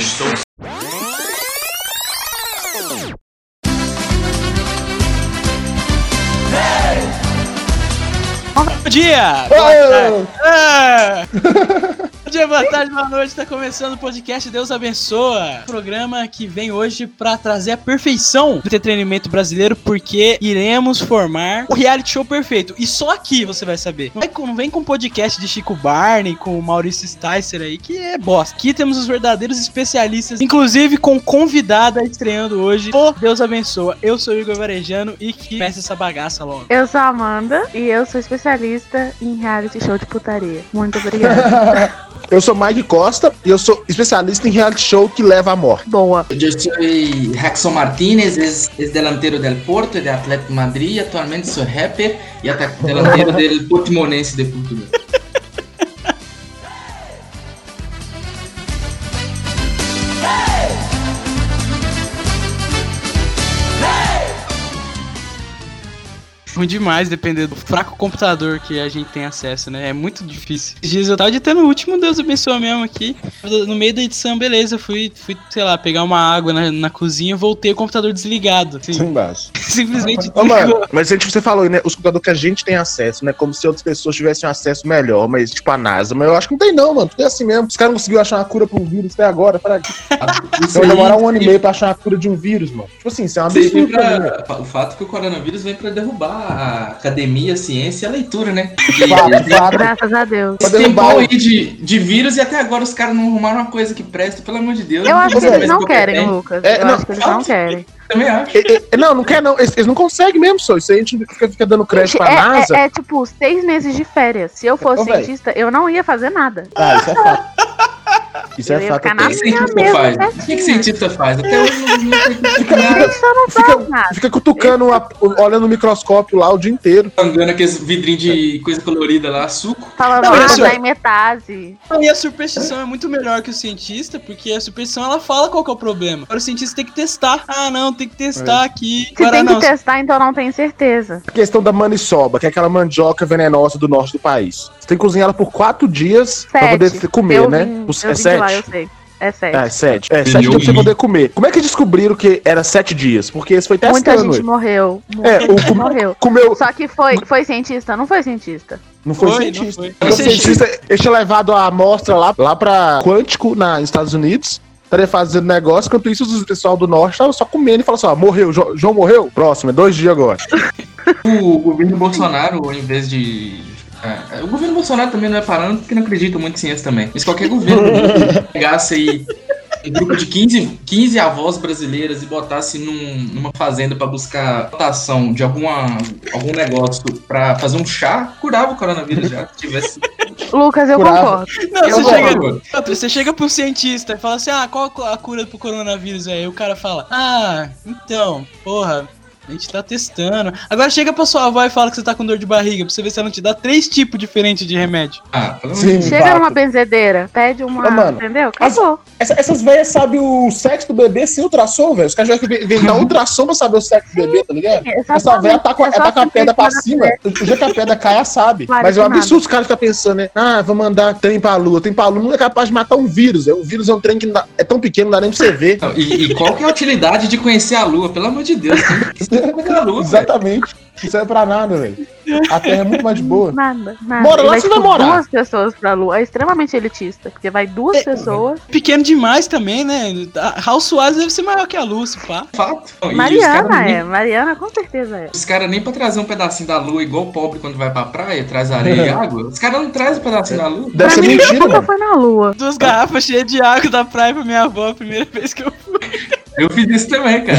Sou Bom dia! Boa tarde! Ah! Bom dia, boa tarde, boa noite. Tá começando o podcast Deus Abençoa. Programa que vem hoje pra trazer a perfeição do entretenimento brasileiro, porque iremos formar o reality show perfeito. E só aqui você vai saber. Não, vai com- não vem com podcast de Chico Barney, com o Maurício Sticer aí, que é bosta. Aqui temos os verdadeiros especialistas, inclusive com convidada estreando hoje. Ô, Deus Abençoa. Eu sou o Igor Varejano e que peça essa bagaça logo. Eu sou a Amanda e eu sou especialista em reality show de putaria. Muito obrigada. Eu sou Mike Costa e eu sou especialista em reality show que leva à morte. Boa. Yo soy Jackson Martínez, es, es delantero del Porto y de Atlético Madrid. Actualmente soy rapper y ata- delantero del Portimonense de Portugal. Ruim demais, depender do fraco computador que a gente tem acesso, né? É muito difícil. Esses dias eu tava editando o último Deus abençoa mesmo aqui. No meio da edição, beleza, fui, fui sei lá, pegar uma água na, na cozinha, voltei o computador desligado. assim. embaixo. simplesmente Ô, desligou. mano, mas é tipo você falou, né? Os computadores que a gente tem acesso, né? Como se outras pessoas tivessem acesso melhor, mas tipo a NASA. Mas eu acho que não tem, não, mano. Tudo é assim mesmo. Os caras não conseguiram achar uma cura pra um vírus até agora. Pra... Isso Então vai aí demorar um ano e meio pra achar uma cura de um vírus, mano. Tipo assim, isso é um serviu absurdo pra mim, velho. pra- O fato que o coronavírus vem para derrubar a academia, a ciência e a leitura, né? Porque Fato, fato. Graças a Deus. pra esse tempo derrubar o- aí de, de vírus e até agora os caras não arrumaram uma coisa que presta, pelo amor de Deus. Eu acho que Mas eles Mas não eu querem, também- Lucas. É, Eu não, acho que eles não querem. Também acho. E- e- não, não quer não. Eles, eles não conseguem mesmo, só. Isso aí a gente fica, fica dando crédito pra É, NASA. é, é, tipo seis meses de férias. Se eu fosse Ô, véi. cientista, eu não ia fazer nada. Ah, isso é fato. Isso Eu é ia fato. ficar eu na tenho. O que minha cientista mesa, faz? certinho. O que, que cientista faz? Até hoje não, não tem nada. Cientista não Fica, faz nada. fica cutucando, a- olhando o microscópio lá o dia inteiro. Andando aqueles vidrinhos de coisa colorida lá, suco. Falando, Não, ah, isso tá é- em metade. E a superstição é muito melhor que o cientista, porque a superstição ela fala qual que é o problema. Agora o cientista tem que testar. Ah, não, tem que É. testar aqui. Se Agora tem que não. testar, então não tem certeza. A questão da maniçoba, que é aquela mandioca venenosa do norte do país. Você tem que cozinhar ela por quatro dias pra Sete. poder comer, eu né? vim, Os- eu é vim de lá, eu sete? sei. É sério. É, sete. É, Sim, sete dias eu pra você vi. poder comer. Como é que descobriram que era sete dias? Porque isso foi Muita testando. gente ele. morreu. É, Muita o gente morreu. comeu. Só que foi, foi cientista, não foi cientista. Não foi, Foi, não cientista. foi. Porque Foi o cientista, ele tinha levado a amostra lá, lá pra Quântico, na, nos Estados Unidos. Estaria fazendo negócio, enquanto isso, o pessoal do norte tava só comendo e falando assim: ó, morreu, Jo- João morreu? Próximo, é dois dias agora. O governo Bolsonaro, em vez de. é, é, o governo Bolsonaro também não é parando porque não acredita muito em ciência também. Mas qualquer governo que pegasse aí um grupo de 15, 15 avós brasileiras e botasse num- numa fazenda pra buscar plantação de alguma, algum negócio pra fazer um chá, curava o coronavírus já. Se tivesse. Lucas, eu Curava. concordo. Não, Eu você vou- chega, Outro, Você chega pro cientista e fala assim: ah, qual a cura pro coronavírus aí? O cara fala: ah, então, porra. A gente tá testando. Agora chega pra sua avó e fala que você tá com dor de barriga, pra você ver se ela não te dá três tipos diferentes de remédio. Ah, pelo amor de Deus. Chega Exato. numa benzedeira, pede uma. um Ô, mano, entendeu? Acabou. Essa- essas velhas sabem o sexo do bebê sem ultrassom, velho. Os caras já inventar um ultrassom pra saber o sexo do bebê, tá ligado? Essa velha tá com, É só tá com a você pedra pra ficar na cima. O dia que a pedra cai, ela sabe. Claro Mas é um que nada. absurdo os caras ficarem pensando, né? Ah, vou mandar trem pra lua. Trem pra lua não é capaz de matar um vírus. é. O vírus é um trem que não dá- é tão pequeno, não dá nem pra você ver. Não, E, e qual que é a utilidade de conhecer a Lua? Pelo amor de Deus, tem que conhecer a Lua. velho. Exatamente. Não serve pra nada, velho. A terra é muito mais de boa. Nada, nada. Mora E lá, vai, você tipo, vai morar. Duas pessoas pra lua. É extremamente elitista, porque vai duas É. pessoas. Pequeno demais também, né? A Raul Soares deve ser maior que a Lúcia, pá. Fato. Então, E os caras Mariana nem- é, Mariana com certeza é. Os caras nem pra trazer um pedacinho da lua igual pobre quando vai pra praia, traz areia e água. Os caras não trazem um pedacinho da lua. Deve ser Pra mim, mentira, nunca mano. foi na lua. Duas garrafas cheias de água da praia pra minha avó, a primeira vez que eu fui. Eu fiz isso também, cara.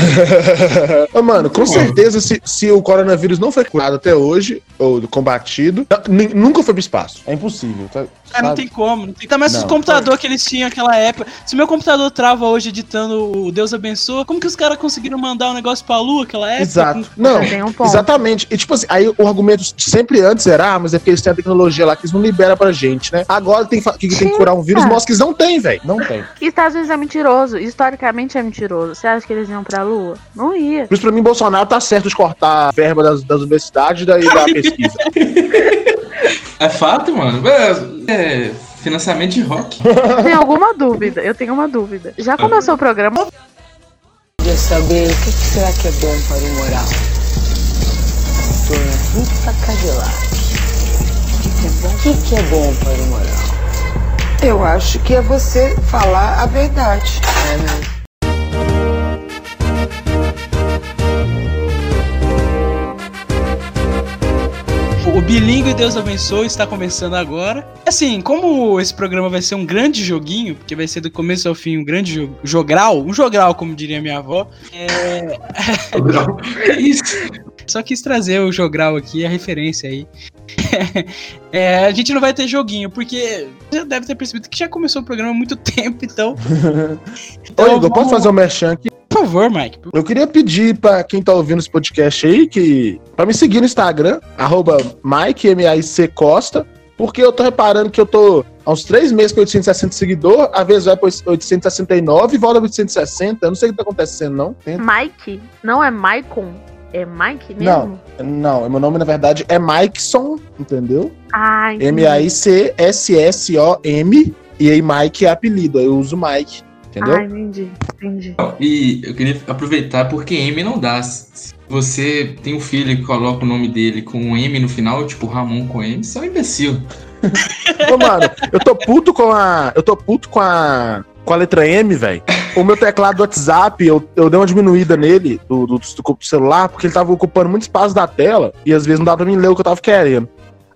Ô, Mano, com Mano. certeza, se, se o coronavírus não foi curado até hoje, ou combatido, n- nunca foi pro espaço. É impossível, tá? Ah, não sabe? tem como. Não tem... Tá, mas os Não, computadores que eles tinham naquela época. Se meu computador trava hoje editando o Deus abençoa, como que os caras conseguiram mandar um negócio pra lua naquela época? Exato. Não, Você tem um ponto. Exatamente. E tipo assim, aí o argumento sempre antes era, ah, mas é porque eles têm a tecnologia lá que eles não liberam pra gente, né? Agora tem fa- que, que tem que curar um vírus, Eita. mostra que eles não tem, velho. Não tem. E Estados Unidos é mentiroso. Historicamente é mentiroso. Você acha que eles iam pra lua? Não ia. Por isso, pra mim, Bolsonaro tá certo de cortar a verba das, das universidades e daí da pesquisa. É fato, mano. É, é, Financiamento de rock. Tem alguma dúvida? Eu tenho uma dúvida. Já começou o programa? Queria saber o que, que será que é bom para o moral? Tô na Rita Cadillac. O que, que é bom para o moral? Eu acho que é você falar a verdade. É mesmo. O Bilingue Deus Abençoe está começando agora. Assim, como esse programa vai ser um grande joguinho, porque vai ser do começo ao fim um grande jo- jogral, um jogral, como diria minha avó, é, É isso. só quis trazer o jogral aqui, a referência aí. É, a gente não vai ter joguinho, porque você deve ter percebido que já começou o programa há muito tempo, então. Ô, Então, Igor, posso vamos- fazer um merchan aqui? Por favor, Mike. por- Eu queria pedir pra quem tá ouvindo esse podcast aí que para me seguir no Instagram, arroba Mike M A I C Costa, porque eu tô reparando que eu tô há uns três meses com 860 seguidor, às vezes vai pra 869 e volta pra 860. Eu não sei o que tá acontecendo, não. Tem- Mike? Não é Maicon? É Mike mesmo? Não. Não, meu nome na verdade é Mikeson, entendeu? Ah, entendi. M-A-I-C-S-S-O-M. E aí, Mike é apelido, eu uso Mike. Entendeu? Ah, entendi. Entendi. E eu queria aproveitar porque M não dá. Se você tem um filho e coloca o nome dele com um M no final, tipo Ramon com M, você é um imbecil. Ô, mano, eu tô puto com a. Eu tô puto com a. Com a letra M, velho. O meu teclado do WhatsApp, eu, eu dei uma diminuída nele, do, do, do celular, porque ele tava ocupando muito espaço da tela e às vezes não dava pra mim ler o que eu tava querendo.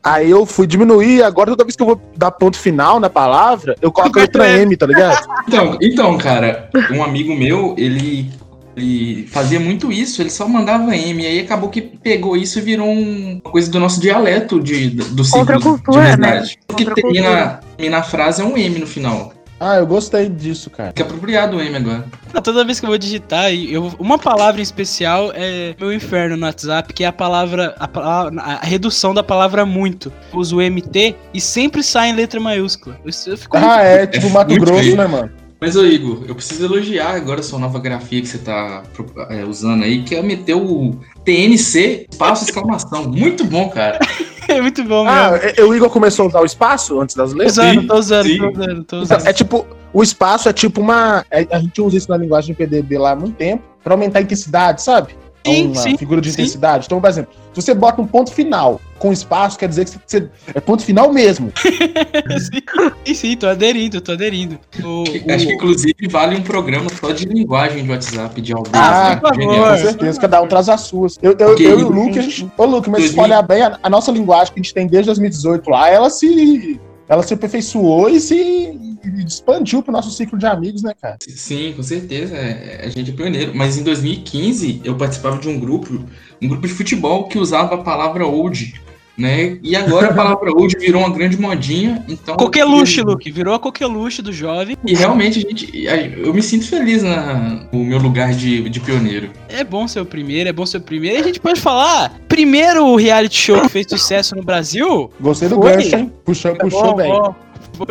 Aí eu fui diminuir, agora toda vez que eu vou dar ponto final na palavra, eu coloco a letra M, tá ligado? Então, então, cara, um amigo meu, ele, ele fazia muito isso, ele só mandava M, aí acabou que pegou isso e virou um- uma coisa do nosso dialeto de, do Contra signo a cultura, né? de verdade. O que Contra a termina, termina a frase é um M no final. Ah, eu gostei disso, cara. Fica apropriado o M agora. Não, Toda vez que eu vou digitar, e eu, uma palavra em especial é meu inferno no WhatsApp, que é a palavra. A, pala- a redução da palavra muito. Eu uso MT e sempre sai em letra maiúscula. Eu, eu fico Ah, é, tipo Mato Muito Grosso, feio. né, mano? Mas, ô Igor, eu preciso elogiar agora a sua nova grafia que você tá pro- é, usando aí, que é meter o TNC, espaço, exclamação. Muito bom, cara. é muito bom Ah, mesmo. é- o Igor começou a usar o espaço antes das Tô letras? usando, tô usando, sim. tô usando, tô Então, usando. é tipo, o espaço é tipo uma. é- A gente usa isso na linguagem PDB lá há muito tempo, pra aumentar a intensidade, sabe? É Sim, uma sim, figura de sim. intensidade. Então, por exemplo, se você bota um ponto final com espaço, quer dizer que você. É ponto final mesmo. Sim, sim, tô aderindo, tô aderindo. O- o- Acho que, inclusive, vale um programa só de linguagem de WhatsApp, de áudio. Ah, né? por Genial. favor. Com certeza, cada um traz as suas. Eu, eu, Ok. eu e o Luke, a gente. Ô, Luke, mas se Dois mil- olhar bem, a, a nossa linguagem que a gente tem desde 2018 lá, ela se. Ela se aperfeiçoou e se e expandiu pro nosso ciclo de amigos, né, cara? Sim, com certeza. é- é- A gente é pioneiro. Mas em 2015 eu participava de um grupo, um grupo de futebol que usava a palavra old, né? E agora a palavra old virou uma grande modinha. Então Coqueluche, Luke. Virou a coqueluche do jovem. E realmente a gente, a- eu me sinto feliz na, no meu lugar de, de pioneiro. É bom ser o primeiro, é bom ser o primeiro. E a gente pode falar: primeiro reality show que fez sucesso no Brasil Gostei do Foi. Tá gancho, hein? Puxou, puxou Bom, bem. bom.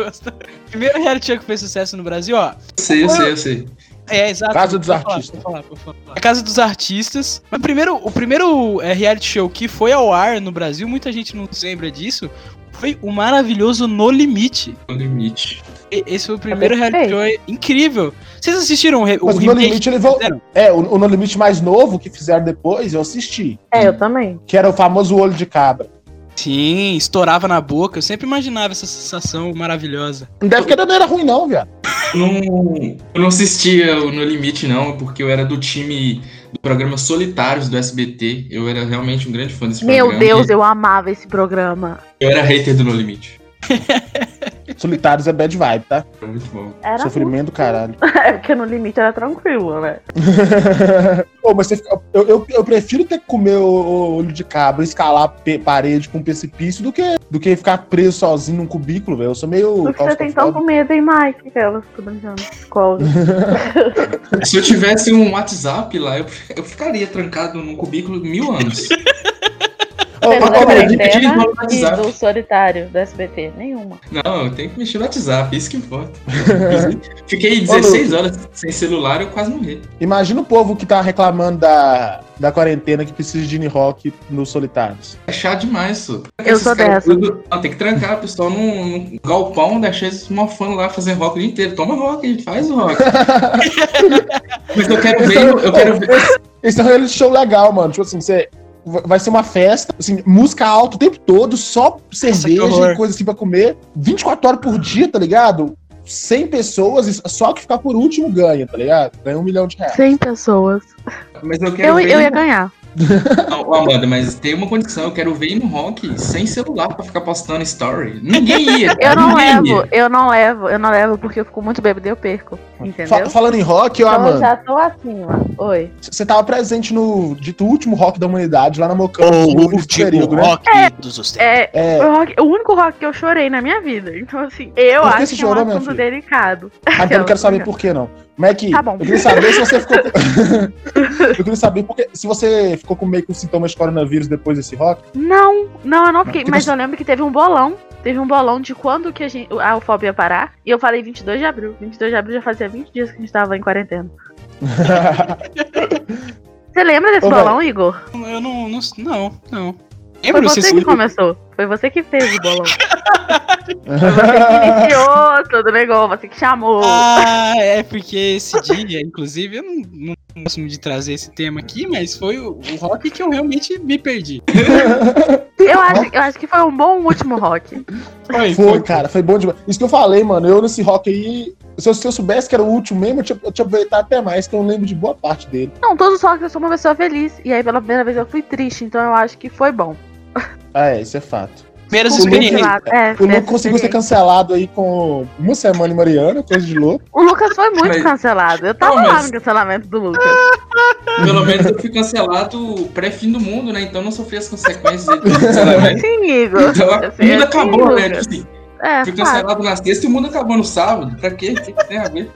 Primeiro reality show que fez sucesso no Brasil, ó. Eu sei, eu sei, eu sei. É, exato. Casa dos Vou falar, Artistas. vou falar, vou falar. A Casa dos Artistas. Mas primeiro, o primeiro é, reality show que foi ao ar no Brasil, muita gente não se lembra disso, foi o maravilhoso No Limite. No limite. E- esse foi o primeiro bem reality show é incrível. Vocês assistiram o, re- o Mas o No remake? Limite, ele voltou. fizeram? É, o, o No Limite mais novo que fizeram depois, eu assisti. É, eu também. Que era o famoso olho de cabra. Sim, estourava na boca. Eu sempre imaginava essa sensação maravilhosa. Não deve que não era ruim, não, viado. Eu não, eu não assistia o No Limite, não, porque eu era do time do programa Solitários do SBT. Eu era realmente um grande fã desse Meu programa. Deus, e eu amava esse programa. eu era hater do No Limite. Solitários é bad vibe, tá? Era muito bom. Era Sofrimento do caralho. muito- É porque no limite era tranquilo, né? Pô, mas você fica- eu, eu, eu prefiro ter que comer o, o olho de cabra, escalar pe- parede com um precipício, do que, do que ficar preso sozinho num cubículo, velho. Eu sou meio. Porque você tem claustrofóbico. tanto medo, hein, Mike? Aquelas, tô brincando. Qual? Se eu tivesse um WhatsApp lá, eu, eu ficaria trancado num cubículo mil anos. Ô, ô, Pesada ô, Pedro, Pedro, dividir quarentena no e WhatsApp. do solitário do SBT. Nenhuma. Não, tem que mexer no WhatsApp, isso que importa. Fiquei 16 horas sem celular, eu quase morri. imagina o povo que tá reclamando da, da quarentena que precisa de Nini Rock nos solitários. É chato demais, isso. Eu sou dessa. Tudo... Não, tem que trancar, o pessoal num, num galpão, deixar eles mofando lá, fazer rock o dia inteiro. Toma rock, gente, faz o rock. Mas eu quero ver, eu quero ver. Esse é um reality show legal, mano. Tipo assim, você. Vai ser uma festa, assim, música alta o tempo todo, só cerveja horror. e coisa assim pra comer. 24 horas por dia, tá ligado? 100 pessoas, e só que ficar por último ganha, tá ligado? Ganha um milhão de reais. 100 pessoas. Mas eu quero Eu, ver. eu ia ganhar. Não, Amanda, mas tem uma condição, eu quero ver no rock sem celular pra ficar postando story. Ninguém ia. Eu não ninguém levo, ia. eu não levo, eu não levo porque eu fico muito bêbado e eu perco. Entendeu? Fa- falando em rock, ó, então eu mano. já tô assim, ó. Oi. Você tava presente no dito último rock da humanidade lá na Mocampo Ou no o nesse último período, né? rock dos os tempos. É, É, o, rock- o único rock que eu chorei na minha vida. Então, assim, eu Por que acho você que é um chorou, minha assunto filha? delicado. mas eu não quero saber por que não. Como é que Tá bom. eu queria saber se você ficou Eu queria saber porque se você ficou com meio com sintomas de coronavírus depois desse rock. Não, não, eu não fiquei. que Mas você- eu lembro que teve um bolão. Teve um bolão de quando que a, gente, a UFOB ia parar. E eu falei 22 de abril. 22 de abril já fazia 20 dias que a gente tava em quarentena. Você lembra desse Ô, velho. bolão, Igor? Eu não, não. Não, não. Foi Lembra você vocês que começou. Foi você que fez o bolão. Iniciou todo o negócio, você que chamou. Ah, é porque esse dia, inclusive, eu não, não gosto muito de trazer esse tema aqui, mas foi o, o rock que eu realmente me perdi. Eu acho, eu acho que foi um bom último rock. Foi, foi, cara, foi bom demais. Isso que eu falei, mano. Eu nesse rock aí, se eu, se eu soubesse que era o último mesmo, eu tinha, eu tinha aproveitado até mais, que eu lembro de boa parte dele. Não, todos os rocks eu sou uma pessoa feliz. E aí, pela primeira vez, eu fui triste, então eu acho que foi bom. Ah, é, isso é fato. Primeiras Foi muito experiências. Claro, é, O dessa Lucas conseguiu ser experiência. cancelado aí com uma semana em Mariana, coisa de louco. O Lucas foi muito Mas- cancelado. Eu tava Não, lá mas- no cancelamento do Lucas. Pelo menos eu fui cancelado pré-fim do mundo, né? Então não sofri as consequências do cancelamento. Sim, Igor. Então, Eu o sei, mundo eu sei, acabou, né? Lucas. Tipo assim, É, Fui fato. cancelado na sexta e o mundo acabou no sábado. Pra quê? O que que tem a ver?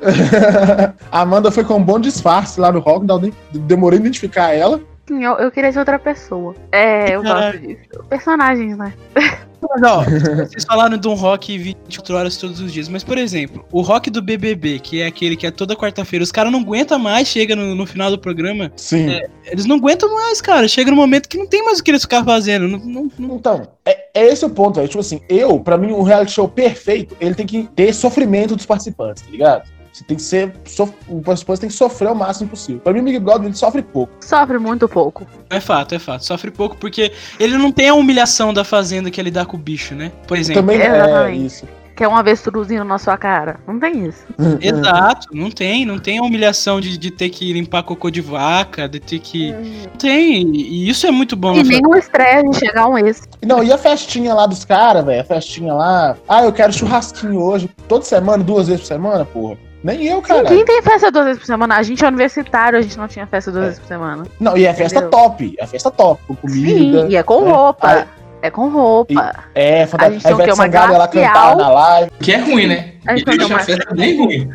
A Amanda foi com um bom disfarce lá no rock, não nem- demorei a identificar ela. Sim, eu, eu queria ser outra pessoa. É, eu gosto Caralho. disso. Personagens, né? Mas, ó, vocês falaram de um rock 24 horas todos os dias, mas, por exemplo, o rock do BBB, que é aquele que é toda quarta-feira, os caras não aguentam mais, chega no, no final do programa, Sim. eles não aguentam mais, cara. Chega no momento que não tem mais o que eles ficar fazendo. Não, não- não- Então, é, é esse o ponto, velho. Tipo assim, eu, pra mim, um reality show perfeito, ele tem que ter sofrimento dos participantes, tá ligado? Você tem que ser. sof- O participante tem que sofrer o máximo possível. Pra mim, o Big Brother ele sofre pouco. Sofre muito pouco. É fato, é fato. Sofre pouco, porque ele não tem a humilhação da fazenda que ele dá com o bicho, né? Por exemplo. Também é Exatamente. isso. Quer um avestruzinho na sua cara. Não tem isso. É. Exato, não tem, não tem a humilhação de, de ter que limpar cocô de vaca, de ter que. Não tem, e isso é muito bom. na E nem um estresse de chegar um ex. Não, e a festinha lá dos caras, velho? A festinha lá. Ah, eu quero churrasquinho hoje. Toda semana, duas vezes por semana, porra. Nem eu, cara. Ninguém tem festa duas vezes por semana. A gente é universitário, a gente não tinha festa duas vezes por semana. Não, e é festa Entendeu? top. É festa top. Com comida. Sim, e é com né? roupa. Aí- É com roupa. É, A gente fantástico. tem A o quê? Ivete Uma Sangalo ela cantar glacial. na live. Que é ruim, né? Aí E foi deixa a uma- festa bem ruim.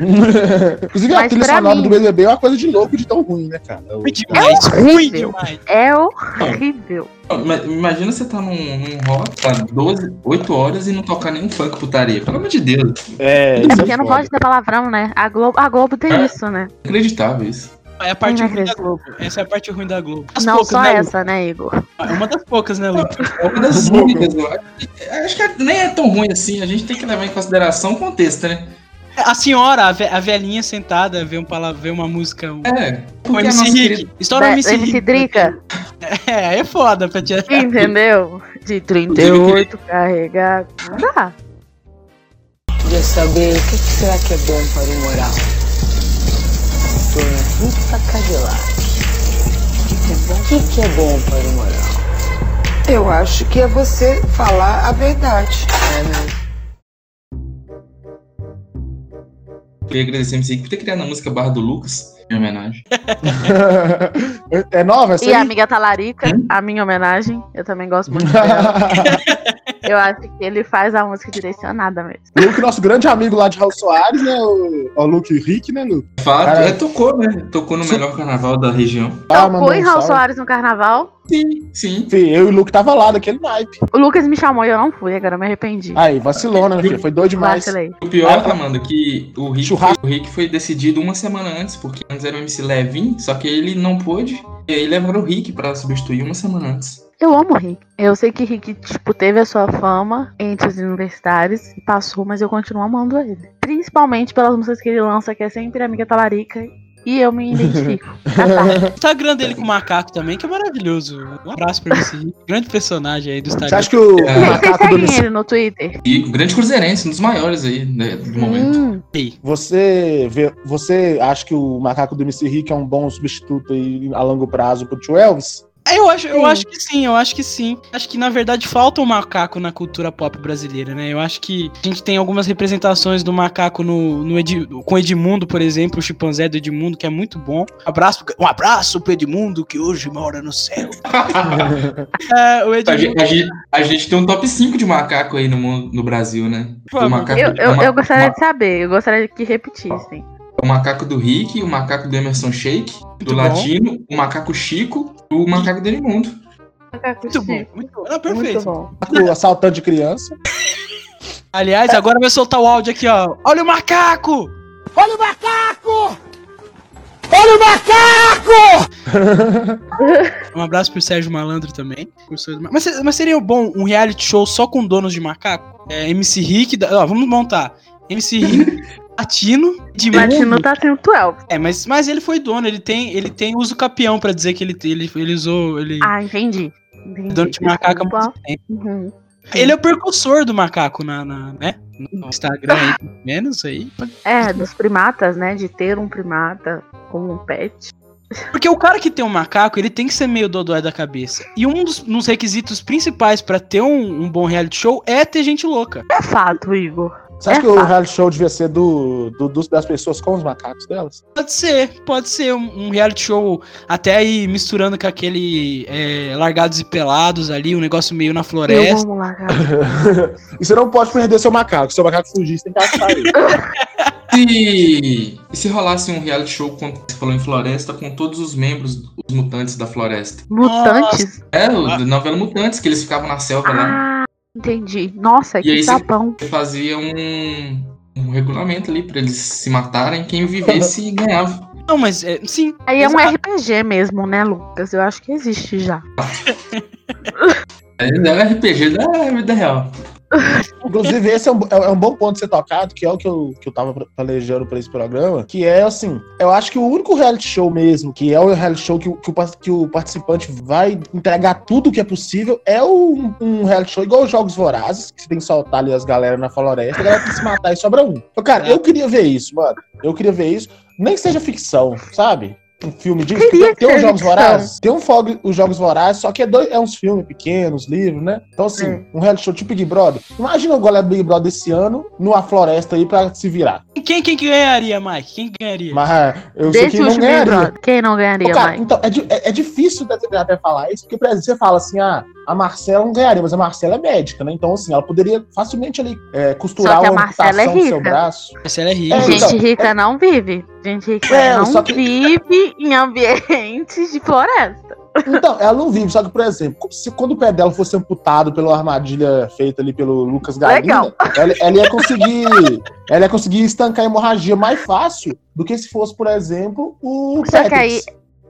Inclusive, a Mas trilha pra sonora mim- do BBB é uma coisa de louco de tão ruim, né, cara? Ruim demais, É ruim horrível. demais. É horrível. Não, ima- Imagina você tá num, num rock, tá 12, 8 horas e não tocar nenhum funk putaria. Pelo amor de Deus. É, isso É porque não foda. pode ter palavrão, né? A Globo, a Globo tem É. isso, né? Inacreditável isso. É a parte Não ruim da acredito. Globo. Essa é a parte ruim da Globo. As não poucas, só né, Lu? essa, né, Igor? É uma das poucas, né, Lu? É uma das únicas. eu acho que- Acho que nem é tão ruim assim. A gente tem que levar em consideração o contexto, né? A senhora, a, ve a velhinha sentada, vê, um pala- vê uma música. Um... É. O a MC nossa Rick. querida- Estoura o Da- MC, da MC Rick. Drica. É, aí é foda pra tirar. Entendeu? De 38 carregado. Não dá. Queria saber o que que será que é bom para o moral. Dona Rita Cadillac. O que, que é bom para o moral? Eu acho que é você falar a verdade. É mesmo. Eu ia agradecer a MC Rick por ter criado a música Barra do Lucas. Em homenagem. é nova essa E aí? É a Hum? amiga Talarica, a minha homenagem. Eu também gosto muito dela. Eu acho que ele faz a música direcionada mesmo. Luke, nosso grande amigo lá de Raul Soares, né? O, o Luke Rick, né, Luke? Fato, Cara, é, tocou, né? Tocou no melhor carnaval da região. Ah, Tocou em um Então, Raul salve. Soares no carnaval. Sim, sim. Fih, eu e o Luke tava lá daquele naipe. O Lucas me chamou e eu não fui, agora eu me arrependi. Aí, vacilou, né, filho? Foi doido demais. Vacilei. O pior, Ah, Amanda, que o Rick, Churrasco. o Rick foi decidido uma semana antes, porque antes era o MC Levin, só que ele não pôde. E aí levaram o Rick pra substituir uma semana antes. Eu amo o Rick. Eu sei que Rick, tipo, teve a sua fama entre os universitários e passou, mas eu continuo amando ele. Principalmente pelas músicas que ele lança, que é sempre Amiga Talarica. E eu me identifico. Ah, O Instagram dele com o macaco também, que é maravilhoso. Um abraço pra esse grande personagem aí do Você Instagram. acha que o, o É. tá. Vocês macaco do seguem MC... ele no Twitter? E o grande cruzeirense, um dos maiores aí, né, do momento. Hum, Você, vê, você acha que o macaco do MC Rick é um bom substituto aí a longo prazo pro tio Elvis? É, eu acho, eu Sim. acho que sim, eu acho que sim. Acho que na verdade falta um macaco na cultura pop brasileira, né? Eu acho que a gente tem algumas representações do macaco no, no Edi- com Edmundo, por exemplo, o chimpanzé do Edmundo, que é muito bom. Abraço, um abraço pro Edmundo que hoje mora no céu. É, o A gente, Edmundo. a gente- a gente tem um top 5 de macaco aí no, mundo, no Brasil, né? Por favor. eu, eu, ma- eu gostaria ma- de saber, eu gostaria que repetissem. o macaco do Rick, o macaco do Emerson Shake, bom. do Latino, o macaco Chico, o macaco do Edmundo. Muito bom, muito bom. Não, perfeito. Muito bom. O assaltante de criança? Aliás, agora vai soltar o áudio aqui, ó. Olha o macaco! Um abraço pro Sérgio Malandro também. cursor do ma- Mas, se- mas seria bom um reality show só com donos de macaco? É, MC Rick. da- Ó, vamos montar. MC Rick, Latino, Latino Edmundo. tá sendo 12. É, mas, mas ele foi dono, ele tem, ele tem uso capião pra dizer que ele, ele, ele usou. Ele, Ah, entendi. entendi. dono de macaco há Desculpa. muito tempo. Uhum. Ele é o percussor do macaco na, na- né? No Instagram aí, pelo menos aí. É, dos primatas, né? De ter um primata como um pet. Porque o cara que tem um macaco, ele tem que ser meio dodói da cabeça. E um dos, nos requisitos principais pra ter um, um bom reality show é ter gente louca. É fato, Igor. Você acha É que o fácil. reality show devia ser do, do- dos- das pessoas com os macacos delas? Pode ser, pode ser um, um reality show até aí misturando com aquele é, Largados e Pelados ali, um negócio meio na Eu floresta. amo lá, cara. E você não pode perder seu macaco. Se seu macaco fugir, você tem que Tá achar ele. E, e se rolasse um reality show, como você falou, em Floresta, com todos os membros, os mutantes da Floresta? Mutantes? É, o da novela Mutantes, que eles ficavam na selva né? lá. Ah, entendi. Nossa, que aí, se- sapão. Você fazia um, um regulamento ali pra eles se matarem, quem vivesse ganhava. Não, mas é, sim. Aí é um exato. RPG mesmo, né, Lucas? Eu acho que existe já. É, Era RPG da vida real. Inclusive, esse é um, é um bom ponto de ser tocado, que é o que eu, que eu tava planejando pra esse programa, que é assim, eu acho que o único reality show mesmo, que é o reality show que, o- que o, par- que o participante vai entregar tudo que é possível, é um, um reality show igual os Jogos Vorazes, que você tem que soltar ali as galera na floresta, a galera tem que se matar e sobra um. Então, cara, eu queria ver isso, mano. Eu queria ver isso, nem que seja ficção, sabe? Um filme de tem, Queria que tem os seja Jogos ficção. Vorazes? Tem um fog, os Jogos Vorazes, só que é, dois, é uns filmes pequenos, livros, né? Então, assim, É. um reality show tipo Big Brother. Imagina o galera do Big Brother esse ano numa floresta aí pra se virar. Quem, quem que ganharia, Mike? Quem que ganharia? Mas ah, eu sei Desde que o não último Big ganharia. Brother. Quem não ganharia, Ô, cara, mãe? então, é, di- é- é difícil até, até falar isso, porque, por exemplo, você fala assim, ah, a Marcela não ganharia, mas a Marcela é médica, né? Então, assim, ela poderia facilmente ali é, costurar Só que a uma Marcela é amputação do seu rica. braço. Essa ela é rica. É, Gente então, rica não vive. Gente rica É, só não que- vive em ambientes de floresta. Então, ela não vive, só que, por exemplo, se quando o pé dela fosse amputado pela armadilha feita ali pelo Lucas Galina, Legal. ela, ela ia conseguir. ela ia conseguir estancar a hemorragia mais fácil do que se fosse, por exemplo, o Só que Patrick.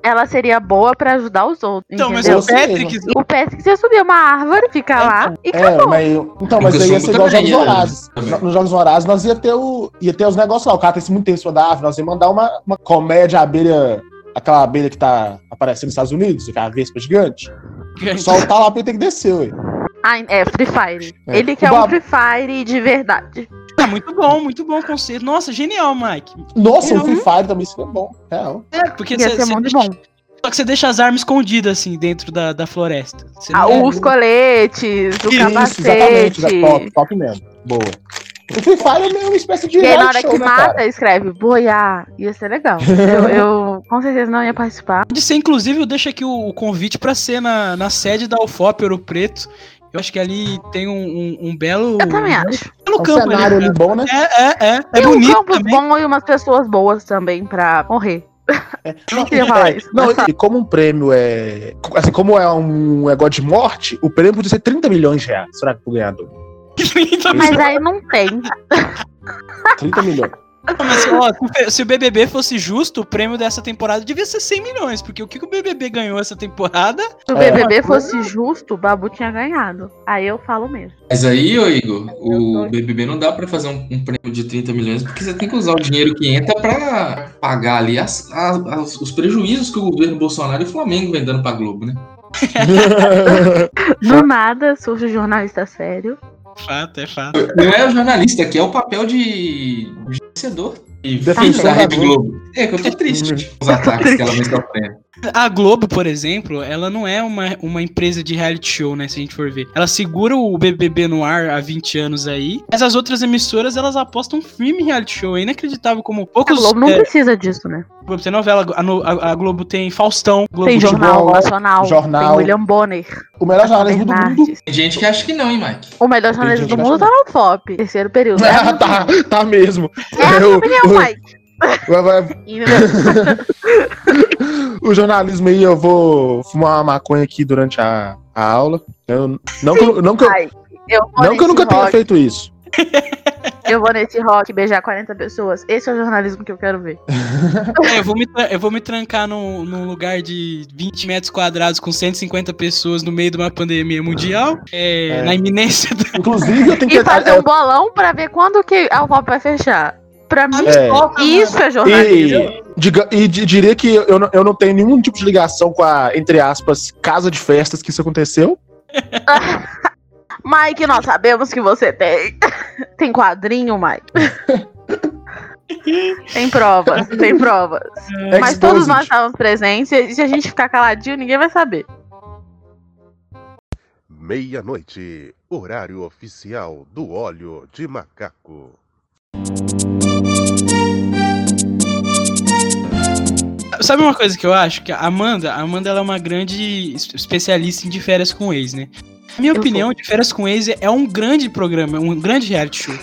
Ela seria boa pra ajudar os outros. Então, mas entendeu? o Patrick. O Patrick ia subir uma árvore, ficar lá e É, acabou. mas, então, mas Lucas aí ia Jumbo ser igual aos Jogos também, né? Vorazes. Também. No- Nos Jogos Vorazes nós ia ter, o, ia ter os negócios lá. O cara tem esse muito tempo em cima da árvore, nós ia mandar uma, uma comédia abelha, aquela abelha que tá aparecendo nos Estados Unidos, aquela vespa gigante. Soltar lá pra ele ter que descer, ué. Ah, é, Free Fire. É. Ele quer O um Babu- Free Fire de verdade. Ah, muito bom, muito bom o conceito. Nossa, genial, Mike. Nossa, Uhum. o Free Fire também seria bom. Real. É, porque Ia você. ser você muito deixa- bom. Só que você deixa as armas escondidas, assim, dentro da, da floresta. Você Ah, não- os coletes, o Isso, capacete. exatamente. já- Top, top mesmo. Boa. O Free Fire é meio uma espécie de E aí, na reality hora show, que né, mata, cara? escreve boiar. Ia ser legal. Eu, eu com certeza não ia participar. Pode ser, inclusive, eu deixo aqui o, o convite pra ser na, na sede da UFOP Ouro Preto. Eu acho que ali tem um, um- um belo. Eu também acho. belo um campo ali, cenário cara. ali bom, né? É, é, é. É Tem um bonito campo também. bom e umas pessoas boas também pra morrer. Não queria falar É, isso. não, mas e como um prêmio é. Assim, como é um negócio de morte, o prêmio podia ser 30 milhões de reais. Será que pro ganhador? É Mas aí não tem. 30 milhões. Mas, ó, se o P- se o BBB fosse justo, o prêmio dessa temporada devia ser 100 milhões, porque o que que o BBB ganhou essa temporada? Se o É. BBB fosse justo, o Babu tinha ganhado. Aí eu falo mesmo. Mas aí, ô Igor, o BBB não dá pra fazer um, um prêmio de 30 milhões, porque você tem que usar o dinheiro que entra pra pagar ali as- as- as- os prejuízos que o governo Bolsonaro e o Flamengo vem dando pra Globo, né? Do nada surge um jornalista sério. Fato, é fato. Não é o jornalista aqui, é o papel de vencedor e Defensor da da Rede Globo. Globo. É que eu tô triste com os Eu ataques tô que ela vem sofrendo. A Globo, por exemplo, ela não é uma, uma empresa de reality show, né? Se a gente for ver. Ela segura o BBB no ar há 20 anos aí, mas as outras emissoras, elas apostam firme em reality show. É inacreditável como A poucos... Globo não é, precisa disso, né? Globo tem novela, a, no- a- a Globo tem Faustão, Globo Tem de- Jornal futebol, Nacional, jornal. tem William Bonner, O melhor jornalismo do mundo. Bernardes. Tem gente que acha que não, hein, Mike? O melhor jornalista gente do que mundo acha tá no top. Terceiro período. É a minha Ah, tá, tá mesmo. É a minha Eu- opinião, Mike. Vai- vai- E meu- O jornalismo aí, eu vou fumar uma maconha aqui durante a, a aula. Eu- não, que, eu- não, que, eu- Ai, eu vou não que eu nesse nunca tenha rock, feito isso. Eu vou nesse rock beijar 40 pessoas. Esse é o jornalismo que eu quero ver. É, eu vou me, tra- eu vou me trancar num, num lugar de 20 metros quadrados com 150 pessoas no meio de uma pandemia mundial, é, É. na iminência da Inclusive, eu tenho que. é, E fazer eu- um bolão pra ver quando que a UFOP vai fechar. Pra mim, É. isso é jornalismo. E, diga, e di- diria que eu não, eu não tenho nenhum tipo de ligação com a, entre aspas, casa de festas que isso aconteceu. Mike, nós sabemos que você tem. Tem quadrinho, Mike? tem provas, tem provas. É. Mas todos Exposed. nós estávamos presentes. E se a gente ficar caladinho, ninguém vai saber. Meia-noite, horário oficial do óleo de macaco. Sabe uma coisa que eu acho? Que a Amanda, a Amanda ela é uma grande es- especialista em de férias com ex, né? Na minha Eu opinião, de férias com ex é um grande programa, é um grande reality show.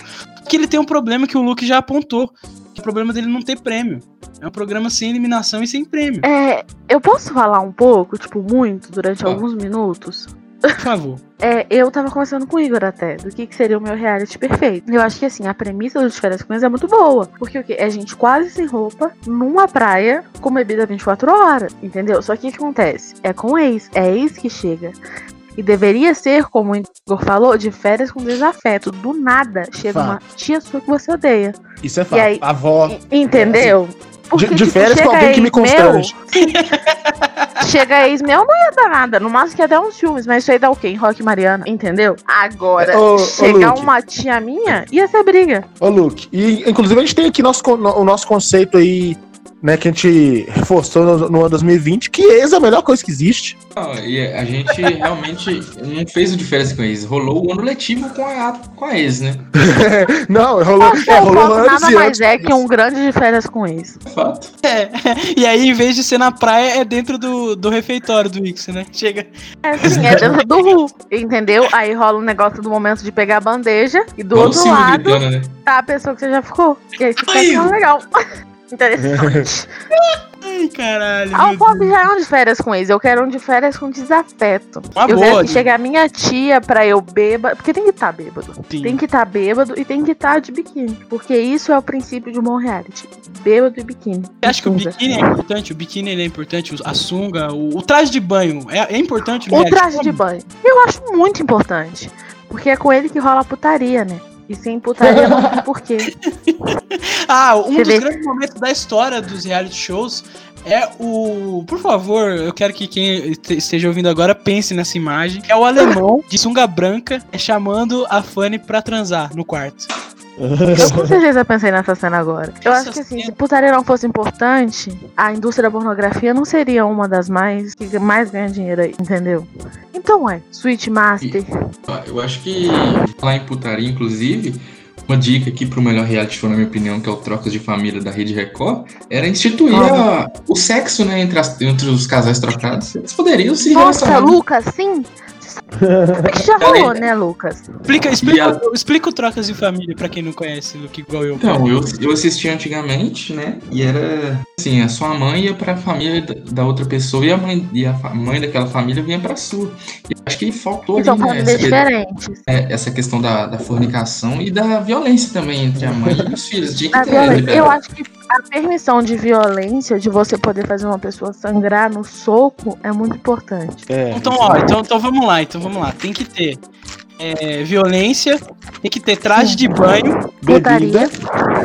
Que ele tem um problema que o Luke já apontou. Que é o problema dele não ter prêmio. É um programa sem eliminação e sem prêmio. É, eu posso falar um pouco, tipo, muito, durante Ah. alguns minutos? Por favor. É, eu tava conversando com o Igor até, do que, que seria o meu reality perfeito. Eu acho que, assim, a premissa dos Férias com Ex é muito boa. Porque o quê? É gente quase sem roupa, numa praia, com bebida 24 horas, entendeu? Só que o que acontece? É com ex, é ex que chega. E deveria ser, como o Igor falou, de férias com desafeto. Do nada chega Fato. uma tia sua que você odeia. Isso é fato. aí- A avó. E- Entendeu? Porque, de tipo, férias com chega alguém que me ex meu- constrange. Chega ex meu, não ia dar nada. No máximo que ia dar uns filmes, mas isso aí dá o quê? Em Rock Mariana, entendeu? Agora, Ô, ô, chegar Luke. uma tia minha, ia ser briga. Ô, Luke. E, inclusive, a gente tem aqui nosso, con- o nosso conceito aí, né, que a gente reforçou no, no ano 2020, que ex é a melhor coisa que existe. Não, e a gente realmente não fez o de férias com ex. Rolou o ano letivo com a, com a ex, né? Não, rolou, é, o rolou foco antes nada e mais antes. é que um grande de férias com ex. Fato. E aí, em vez de ser na praia, é dentro do, do refeitório do Wix, né? Chega. É assim, é dentro do Ru, entendeu? Aí rola um negócio do momento de pegar a bandeja e do Olha o outro Silvio lado gritando, né? tá a pessoa que você já ficou. E aí você Ai, fica eu- achando legal. Interessante. Ai, caralho. Ah, meu o pop já é um de férias com eles. Eu quero um de férias com desafeto. Uma eu boa, quero que Di. chegue a minha tia pra eu bêbado. Porque tem que estar bêbado. Sim. Tem que estar bêbado e tem que estar de biquíni. Porque isso é o princípio de um bom reality. Bêbado e biquíni. Você acha que o Sunga. biquíni é importante? O biquíni ele é importante, o- a sunga, o, o traje de banho é, é importante? O Mary? traje de banho. Eu acho muito importante. Porque é com ele que rola a putaria, né? E sem putaria não tem porquê. Ah, um Você dos vê. grandes momentos da história dos reality shows é o. Por favor, eu quero que quem este- esteja ouvindo agora pense nessa imagem. É o alemão de sunga branca chamando a Fanny pra transar no quarto. Eu com certeza pensei nessa cena agora. Eu Essa acho que assim, cena- se putaria não fosse importante, a indústria da pornografia não seria uma das mais que mais ganha dinheiro aí, entendeu? Então é, Switch Master. Eu acho que lá em putaria, inclusive, uma dica aqui pro melhor reality show, na minha opinião, que é o Trocas de Família da Rede Record, era instituir a- o sexo, né, entre, as- entre os casais trocados. Eles poderiam se Nossa, relacionar. Lucas, sim. Você sabe É que já rolou, né, Lucas? Explica, explica, E a- explica o Trocas de Família pra quem não conhece do que igual eu. Então, eu, eu assisti antigamente, né? E era assim, a sua mãe ia pra família da- da outra pessoa e a mãe, e a fa- mãe daquela família vinha pra sua. E acho que faltou São ali, né, famílias essa, Então, diferentes. é, essa questão da, da fornicação e da violência também entre a mãe e os filhos. Tinha que A é, né, ter, violência- liberado. eu acho que a permissão de violência, de você poder fazer uma pessoa sangrar no soco, é muito importante. É. Então, ó, então, então vamos lá, então vamos lá. Tem que ter é, violência, tem que ter traje de banho, Bebida.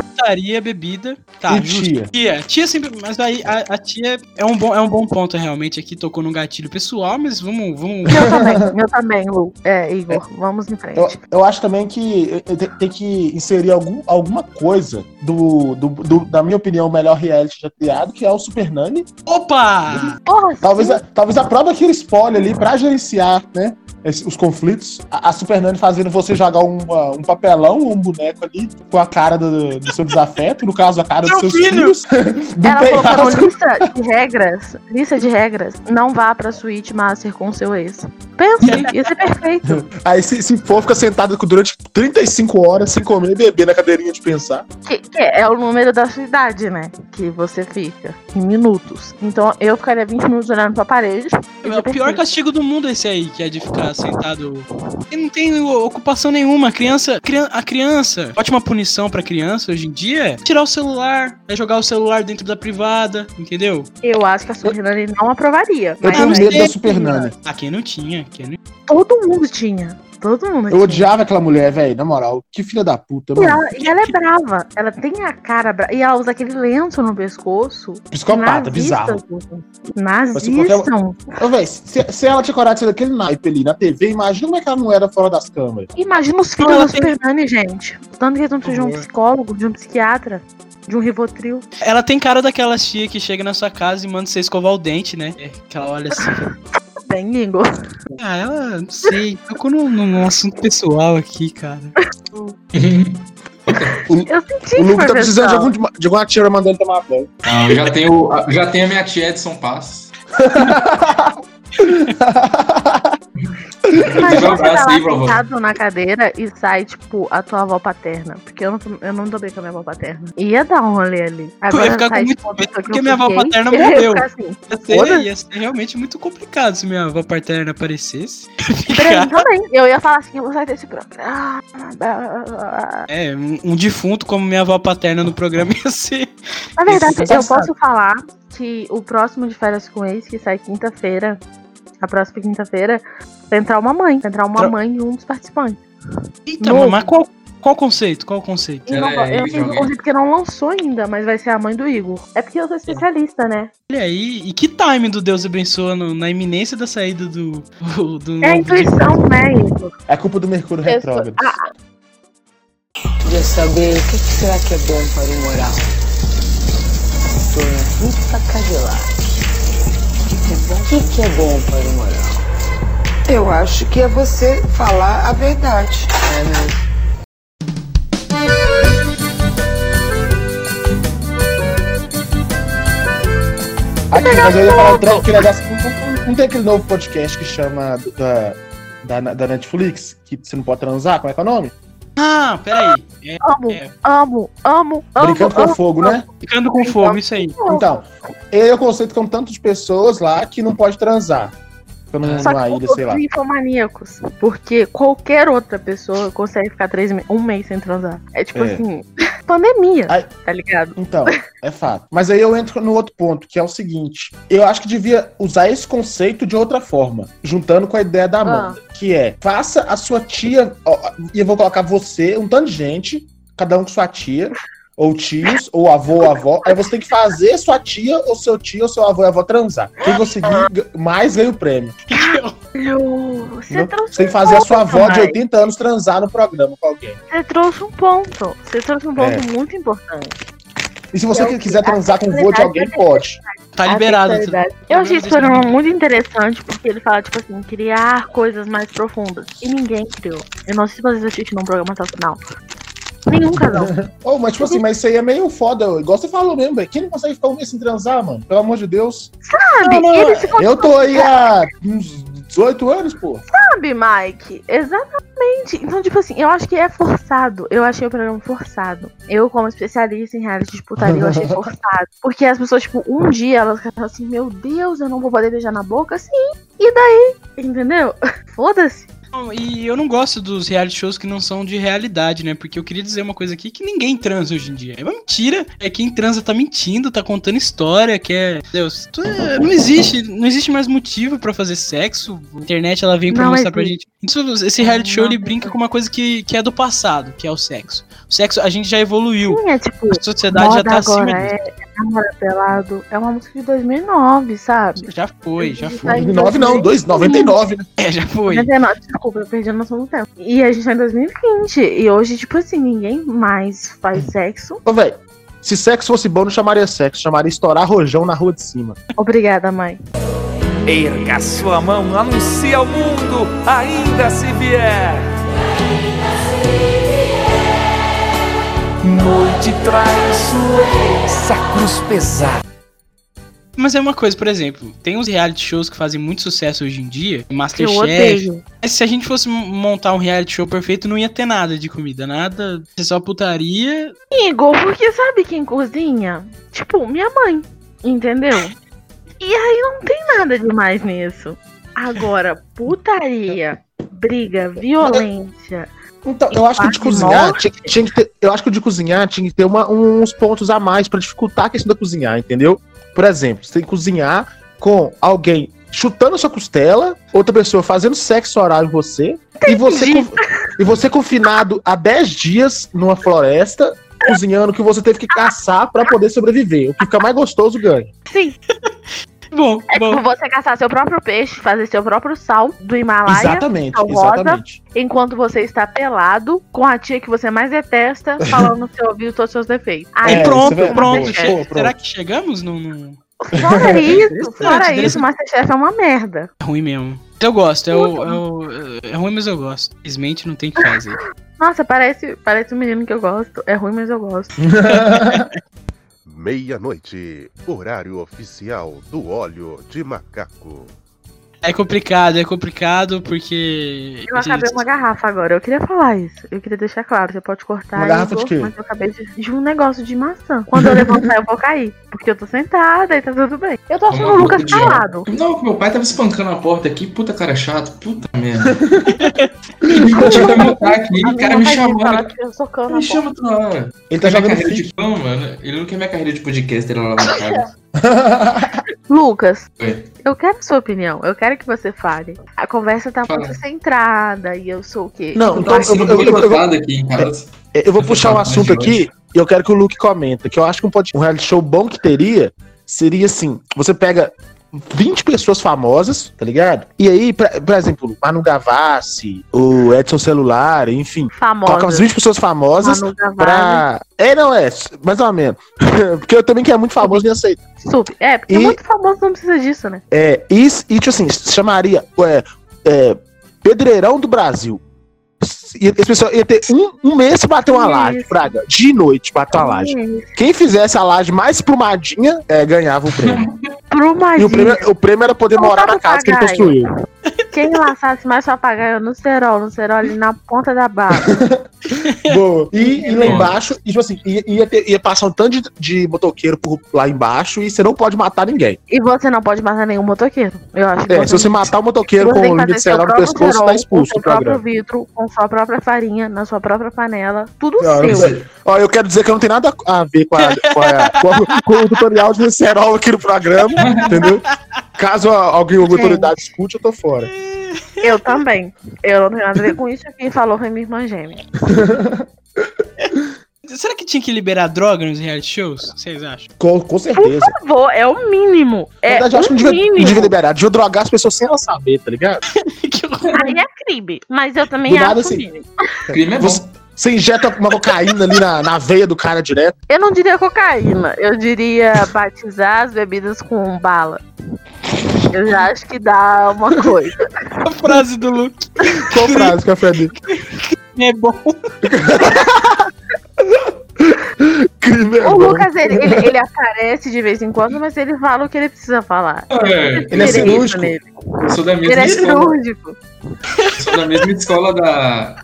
putaria, bebida. Tá, E justo. tia. Tia, tia sempre. Mas aí a, a tia é um, bom, é um bom ponto, realmente. Aqui tocou num gatilho pessoal, mas vamos. vamos... Meu também, meu também, Lu. É, Igor, vamos em Eu, frente. eu acho também que eu- eu te- tem que inserir algum, alguma coisa do, do, do- na minha opinião, o melhor reality já criado, que é o Super Nani. Opa! Porra, Talvez, sim. a, talvez a própria aquele spoiler ali pra gerenciar, né? esse- os conflitos. A, a Super Nani fazendo você jogar um, ah, um papelão ou um boneco ali com a cara do, do seu desafeto, no caso, a cara dos Seu seus filho! filhos. Do Ela colocou penhasco. lista de regras, lista de regras, não vá pra suíte master com seu ex. Pensa, ia ser perfeito. Aí se, se for, fica sentado durante 35 horas sem comer e beber na cadeirinha de pensar. Que, que é o número da sua idade, né? Que você fica em minutos. Então eu ficaria 20 minutos olhando pra parede. É o pior castigo do mundo esse aí, que é de ficar sentado. E não tem o- ocupação nenhuma. A criança, crian- a criança, ótima punição pra criança hoje em dia é tirar o celular, é jogar o celular dentro da privada, entendeu? Eu acho que a Surinani não aprovaria. Eu mas tenho não medo sei. da Super Nani. Ah, quem não tinha, quem não todo mundo tinha. Todo mundo Eu tinha. odiava aquela mulher, velho, na moral. Que filha da puta, E mano. ela, e ela é brava, ela tem a cara brava. E ela usa aquele lenço no pescoço. Psicopata, bizarro. Lucas. Mas se qualquer- um- Nazista. Ô, velho, se, se ela tinha coragem de ser daquele naipe ali na TV, imagina como é que ela não era fora das câmeras. Imagina os filhos Não, ela da tem- Supernanny, gente. Tanto que eles não precisam de um Horror. psicólogo, de um psiquiatra, de um rivotril. Ela tem cara daquela tia que chega na sua casa e manda você escovar o dente, né? É, que ela olha assim. fala, Tem, Tá Igor. ah, ela, não sei, tocou num, num assunto pessoal aqui, cara. Eu senti o que Luke foi tá precisando de, pessoal. algum, de alguma tira mandando ele tomar banho. Não, Ah, eu já tenho, já tenho a minha tia Edson Pass. um Imagina você abraço tá lá aí, vovó. sentado na cadeira e sai, tipo, a tua avó paterna. Porque eu não, eu não dobrei com a minha avó paterna. Ia dar um rolê ali. Agora ia ficar com sai, muito tipo, uma medo, pessoa que porque eu minha avó fiquei, paterna eu ia morreu. ficar assim. Ia ser, Foda-se. ia ser realmente muito complicado se minha avó paterna aparecesse. Pra mim também. Eu ia falar assim, eu vou sair desse Ah, programa. É, um, um defunto como minha avó paterna no programa ia ser. Na tá verdade, Isso é eu sensato. posso falar que o próximo de férias com ex, que sai quinta-feira, a próxima quinta-feira, vai entrar uma mãe. Vai entrar uma Tra- mãe e um dos participantes. Eita, Novo. mas qual, qual o conceito? Qual o conceito? E não, Ela é eu não sei ex-alguém? inclusive, porque não lançou ainda, mas vai ser a mãe do Igor. É porque eu sou especialista, né? Olha aí, e que time do Deus abençoa no- na iminência da saída do. do, do É a novo intuição, né, Igor? É culpa do Mercúrio Eu sou- Ah, Retrógrado. Queria saber o que que será que é bom para o moral. Dona Rita Cadillac. O que que é bom para o moral? Eu acho que é você falar a verdade. É mesmo. Aqui, mas eu ia falar um trem que negócio. não- não- Não tem aquele novo podcast que chama do- da, da, da Netflix, que você não pode transar? Como é que é o nome? Ah, peraí. É, Amo, É. amo, amo, amo. Brincando com amo. fogo, né? ficando com fome, isso aí. Então, ele é o conceito que é um tanto de pessoas lá que não pode transar. Ficando Só numa que ilha, todos sei lá. ninfomaníacos. Porque qualquer outra pessoa consegue ficar três, me- um mês sem transar. É tipo É. assim, pandemia, Ai. tá ligado? Então, é fato. Mas aí eu entro no outro ponto, que é o seguinte: eu acho que devia usar esse conceito de outra forma, juntando com a ideia da Amanda, que é faça a sua tia, ó, e eu vou colocar você, um tanto de gente, cada um com sua tia, ou tios, ou avô, ou avó. Aí você tem que fazer sua tia, ou seu tio, ou seu avô e avó transar. Quem conseguir g- mais ganha o prêmio. Alô, Você Não, trouxe, um Você tem que fazer a sua avó de Tomás. 80 anos transar no programa com alguém. você trouxe um ponto. Você trouxe um ponto É. muito importante. E se você É o que- quiser a transar com o vô de sexualidade alguém, pode. Tá A liberado. sexualidade. tá- Eu achei esse tá- programa muito interessante porque ele fala, tipo assim, criar coisas mais profundas. E ninguém criou. Eu não sei se vocês assistiram um programa até o final. Nenhum casal. Oh, mas tipo assim, mas isso aí é meio foda, igual você falou mesmo, velho. Quem não consegue Ah, ficar um mês sem transar, mano? Pelo amor de Deus. é. Sabe? Não, não, Eles ficam Eu tô aí há uns 18 anos, pô. Sabe, Mike? Exatamente. Então, tipo assim, eu acho que é forçado. Eu achei o programa forçado. Eu, como especialista em reality de putaria, eu achei forçado. Porque as pessoas, tipo, um dia elas falam assim, meu Deus, eu não vou poder beijar na boca, sim. E daí? Entendeu? Foda-se. Não, E eu não gosto dos reality shows que não são de realidade, né? Porque eu queria dizer uma coisa aqui que ninguém transa hoje em dia. É uma mentira. É quem transa tá mentindo, tá contando história, quer. Deus, tu- é, não existe, não existe mais motivo pra fazer sexo. A internet ela vem pra Não mostrar pra existe. gente. Isso- esse reality show Não ele existe. brinca com uma coisa que, que é do passado, que é o sexo. O sexo a gente já evoluiu. Sim, é tipo, A sociedade já moda tá acima agora disso. é Namora Pelado. É uma música de 2009, sabe? Já foi, já Isso foi. aí. 99 não, 2, 99, né? É, já foi. 99, desculpa, eu perdi a noção do tempo. E a gente tá em 2020. E hoje, tipo assim, ninguém mais faz sexo. Ô, velho, se sexo fosse bom, não chamaria sexo, chamaria estourar rojão na rua de cima. Obrigada, mãe. Erga sua mão, anuncia ao mundo, ainda se vier. Noite traiçoeira, sacros pesados. Mas é uma coisa, por exemplo, tem uns reality shows que fazem muito sucesso hoje em dia, Que eu Masterchef. odeio. Mas É, se a gente fosse m- montar um reality show perfeito, não ia ter nada de comida, nada. Você só putaria. Igor, porque sabe quem cozinha? Tipo, minha mãe. Entendeu? E aí não tem nada demais nisso. Agora, putaria, briga, violência. Então, eu acho que o de Quase cozinhar morte. tinha, tinha que ter. Eu acho que o de cozinhar tinha que ter uma- uns pontos a mais pra dificultar a questão da cozinhar, entendeu? Por exemplo, você tem que cozinhar com alguém chutando sua costela, outra pessoa fazendo sexo oral em você, e você, Entendi. con- e você confinado há 10 dias numa floresta, cozinhando o que você teve que caçar pra poder sobreviver. O que fica mais gostoso ganha. Sim, Bom, é bom. tipo você caçar seu próprio peixe, fazer seu próprio sal do Himalaia, Exatamente, a então, rosa, exatamente. enquanto você está pelado com a tia que você mais detesta, falando no seu ouvido todos os seus defeitos. Aí, Aí É, pronto, isso é- pronto. é, che- pronto. Será que chegamos num. num- fora isso, fora interessante. isso, Masterchef é uma merda. É ruim mesmo. Eu gosto, é, o- é, o- é ruim, mas eu gosto. Infelizmente não tem o que fazer. Nossa, parece, parece um menino que eu gosto. É ruim, mas eu gosto. Meia-noite, horário oficial do óleo de macaco. É complicado, é complicado porque. Eu acabei uma garrafa agora. Eu queria falar isso. Eu queria deixar claro. Você pode cortar. Uma garrafa Igor, de quê? Mas eu acabei de, de um negócio de maçã. Quando eu levantar, eu vou cair. Porque eu tô sentada e tá tudo bem. Eu tô achando Uma o Lucas boca de calado. Não, meu pai tava espancando a porta aqui, puta cara chato, puta merda. Ele me pediu pra montar aqui, o cara me Fala chamando. que eu sou cana, Ele me chama toda hora. Ele tá Quer minha jogando carreira de FIFA. fama, né? Ele não quer minha carreira de podcaster lá na pô. Lucas, Oi. eu quero a sua opinião. Eu quero que você fale. A conversa tá Fala. muito centrada e eu sou o quê? Não, então Tá eu, sendo eu- eu- eu- boicotado aqui em casa. É, Eu vou Eu puxar um vou falar assunto de aqui e eu quero que o Luke comenta, que eu acho que um, pod- um reality show bom que teria seria assim, você pega 20 pessoas famosas, tá ligado? E aí, pra- por exemplo, Manu Gavassi, o Edson Celular, enfim, coloca umas Famosa. 20 pessoas famosas Manu Gavassi. pra... É, não, é, s- mais ou menos. Porque eu também que é muito famoso nem aceito. Sup. É, porque E- muito famoso não precisa disso, né? É, e, s- e tipo assim, chamaria é, é, Pedreirão do Brasil. E esse pessoal ia ter um, um mês pra bater uma Isso. laje, Fraga. De noite bater Tá uma Hum, laje. Quem fizesse a laje mais esplumadinha é, ganhava o prêmio. Pro e o Magia. prêmio, o prêmio era poder Então morar tá na casa que ele papagaio. construiu. Quem laçasse mais papagaio no cerol, no cerol ali na ponta da barra. Boa. E, e lá embaixo, e, tipo assim, ia, ia ter- ia passar um tanto de, de motoqueiro por lá embaixo e você não pode matar ninguém. E você não pode matar nenhum motoqueiro. Eu acho que É, se você matar o motoqueiro você com tem o que líder fazer de seu celular no próprio pescoço, cerol, tá expulso com do seu próprio programa. vidro, com sua própria farinha, na sua própria panela, tudo Cara, seu. você- Ó, eu quero dizer que eu não tenho nada a ver com, a- com a- com a- com o tutorial de cerol aqui no programa, entendeu? Caso a- alguém, alguma Gente. autoridade escute, eu tô fora. Eu também. Eu não tenho nada a ver com isso. Quem falou foi minha irmã gêmea. Será que tinha que liberar droga nos reality shows? Vocês acham? Com, com certeza. Por favor, é o mínimo. Na É verdade, eu acho que o não devia, não mínimo. devia liberar. Devia drogar as pessoas sem elas saber, tá ligado? Que horror. Aí é crime, mas eu também Do acho nada, o assim. mínimo. Crime é bom. Você, você injeta uma cocaína ali na, na veia do cara direto. Eu não diria cocaína, eu diria batizar as bebidas com bala. Eu já acho que dá uma coisa. A frase do Luke Qual frase, Café dele? é bom. Crime é O bom. Lucas, ele, ele, ele aparece de vez em quando, mas ele fala o que ele precisa falar. É, Ele é cirúrgico. um- Ele sou da mesma é escola. cirúrgico. Sou da mesma escola da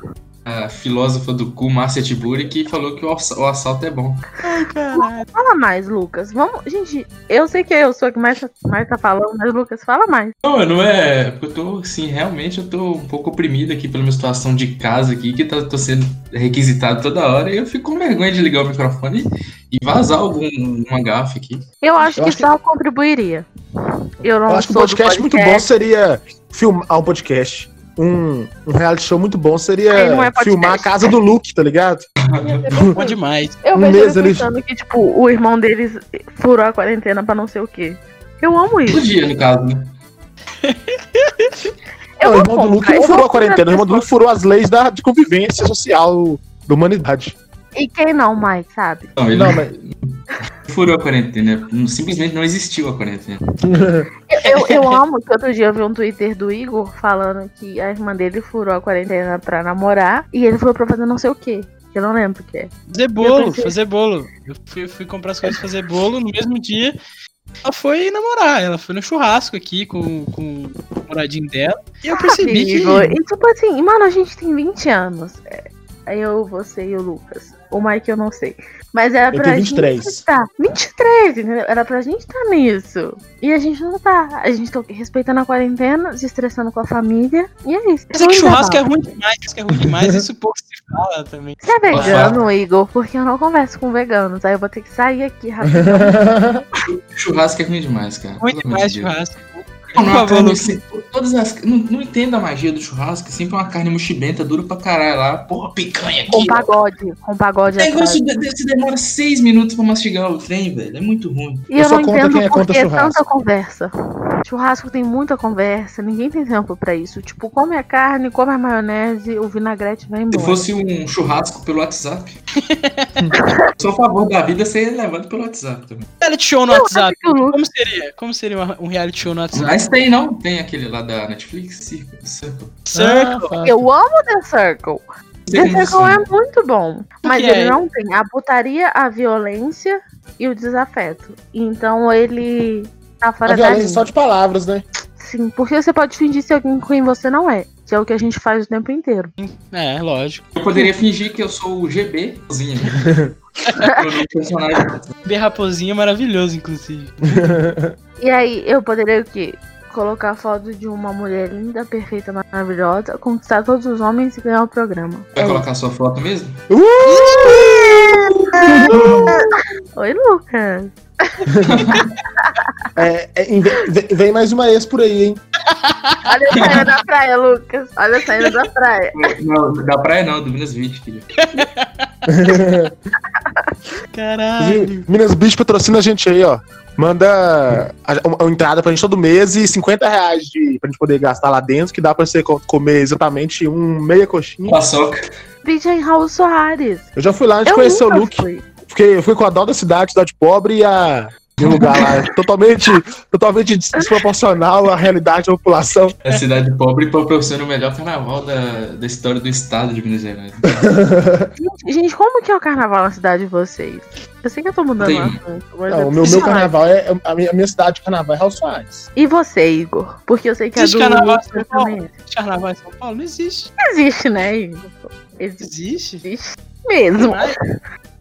a filósofa do cu, Márcia Tiburi, que falou que o ass- o assalto é bom. Fala mais, Lucas. Vamos, gente, eu sei que eu sou a que mais, mais tá falando, mas Lucas, fala mais. Não, não é. Porque eu tô, assim, realmente eu tô um pouco oprimido aqui pela minha situação de casa aqui, que tá, tô sendo requisitado toda hora e eu fico com vergonha de ligar o microfone e vazar algum, uma gafe aqui. Eu acho Eu que acho que- só contribuiria. Eu não Eu acho que um sou do podcast, muito bom seria filmar ah, um podcast. Um, um reality show muito bom Aí seria não é podcast. filmar a casa do Luke, tá ligado? Bom demais. Eu Um vejo mês ele ele- pensando que, tipo, o irmão deles furou a quarentena pra não sei o quê. Eu amo isso. Todo dia, no caso, né? Eu Não, o vou irmão do Luke comprar, eu não vou furou a comprar quarentena, o irmão do Luke furou as leis da, de convivência social da humanidade. E quem não mais, sabe? Não, ele Não, mas. furou a quarentena. Simplesmente não existiu a quarentena. Eu, eu- eu amo que outro dia eu vi um Twitter do Igor falando que a irmã dele furou a quarentena pra namorar e ele falou pra fazer não sei o quê. que Eu não lembro o que é. Fazer Eu bolo, pensei- fazer bolo. Eu fui, fui comprar as coisas pra fazer bolo no mesmo dia. Ela foi namorar, ela foi no churrasco aqui com, com o namoradinho dela. E Ah, eu percebi que. Igor. E tipo assim, mano, a gente tem 20 anos. É, Eu, você e o Lucas. O Mike eu não sei. Mas era Eu pra tenho 23. gente tá. 23, entendeu? Era pra gente tá nisso. E a gente não tá. A gente tá respeitando a quarentena, se estressando com a família. E é isso. Mas é que churrasco é ruim demais, que é ruim demais, isso pouco se fala também. Você é vegano, Igor? Porque eu não converso com veganos. Aí eu vou ter que sair aqui rapidinho. Churrasco é ruim demais, cara. Ruim Pelo amor demais de Deus. churrasco. Não, Por não, a favor, carne, Lucas. se- todas as, não, não entendo a magia do churrasco. É Sempre uma carne mochibenta, dura pra caralho lá. Porra, picanha aqui. Com ó. pagode. Com pagode O negócio atrás. de- desse demora seis minutos pra mastigar o trem, velho. É muito ruim. E Eu eu só não conto entendo quem é por contra que churrasco. tanta conversa. Churrasco tem muita conversa, ninguém tem tempo pra isso. Tipo, come a carne, come a maionese, o vinagrete vai Se embora. fosse um churrasco pelo WhatsApp. Sou a favor da vida ser levado pelo WhatsApp também. Reality show no Eu WhatsApp. acho que o Lucas- Como seria? Como seria uma- um reality show no WhatsApp? Mas tem, não? Tem aquele lá da Netflix, Circle. Circle. Circle. né? Eu amo The Circle. Não sei The como Circle é funciona. muito bom. Mas que é ele ele? não tem a putaria, a violência e o desafeto. Então ele tá fora A da violência é linha. só de palavras, né? Sim, porque você pode fingir ser alguém com quem você não é. Que é o que a gente faz o tempo inteiro. É, lógico. Eu poderia fingir que eu sou o GB sozinho. Eu não personagem. Berraposinha é maravilhoso, inclusive. E aí, eu poderia o quê? Colocar a foto de uma mulher linda, perfeita, maravilhosa, conquistar todos os homens e ganhar o programa. Vai colocar sua foto mesmo? Oi, Lucas. É, é, em- vem, vem mais uma ex por aí, hein? Olha a saída da praia, Lucas. Olha a saída da praia. Não, da praia não, do Minas Beach, filho. Caralho. Viu? Minas Beach patrocina a gente aí, ó. Manda a, a- a entrada pra gente todo mês e 50 reais de, pra gente poder gastar lá dentro, que dá pra você co- comer exatamente um meia coxinha. Paçoca. Pijay Raul Soares. Eu já fui lá, a gente Eu conheceu o nunca Luke. fui. Fiquei, eu fui com a dó da cidade, cidade pobre e a. de um lugar lá totalmente, totalmente desproporcional à realidade da população. É cidade pobre proporciona o melhor carnaval da, da história do estado de Minas Gerais. Gente, gente, como que é o carnaval na cidade de vocês? Eu sei que eu tô mudando Tem. o assunto, mas Não, eu o meu, preciso meu falar. carnaval é. A minha, a minha cidade de carnaval é Raul Soares. E você, Igor? Porque eu sei que a Existe do carnaval em Lucas São Paulo? também Carnaval em São Paulo não existe. é. existe, né, Igor? Existe Existe. mesmo. Mas,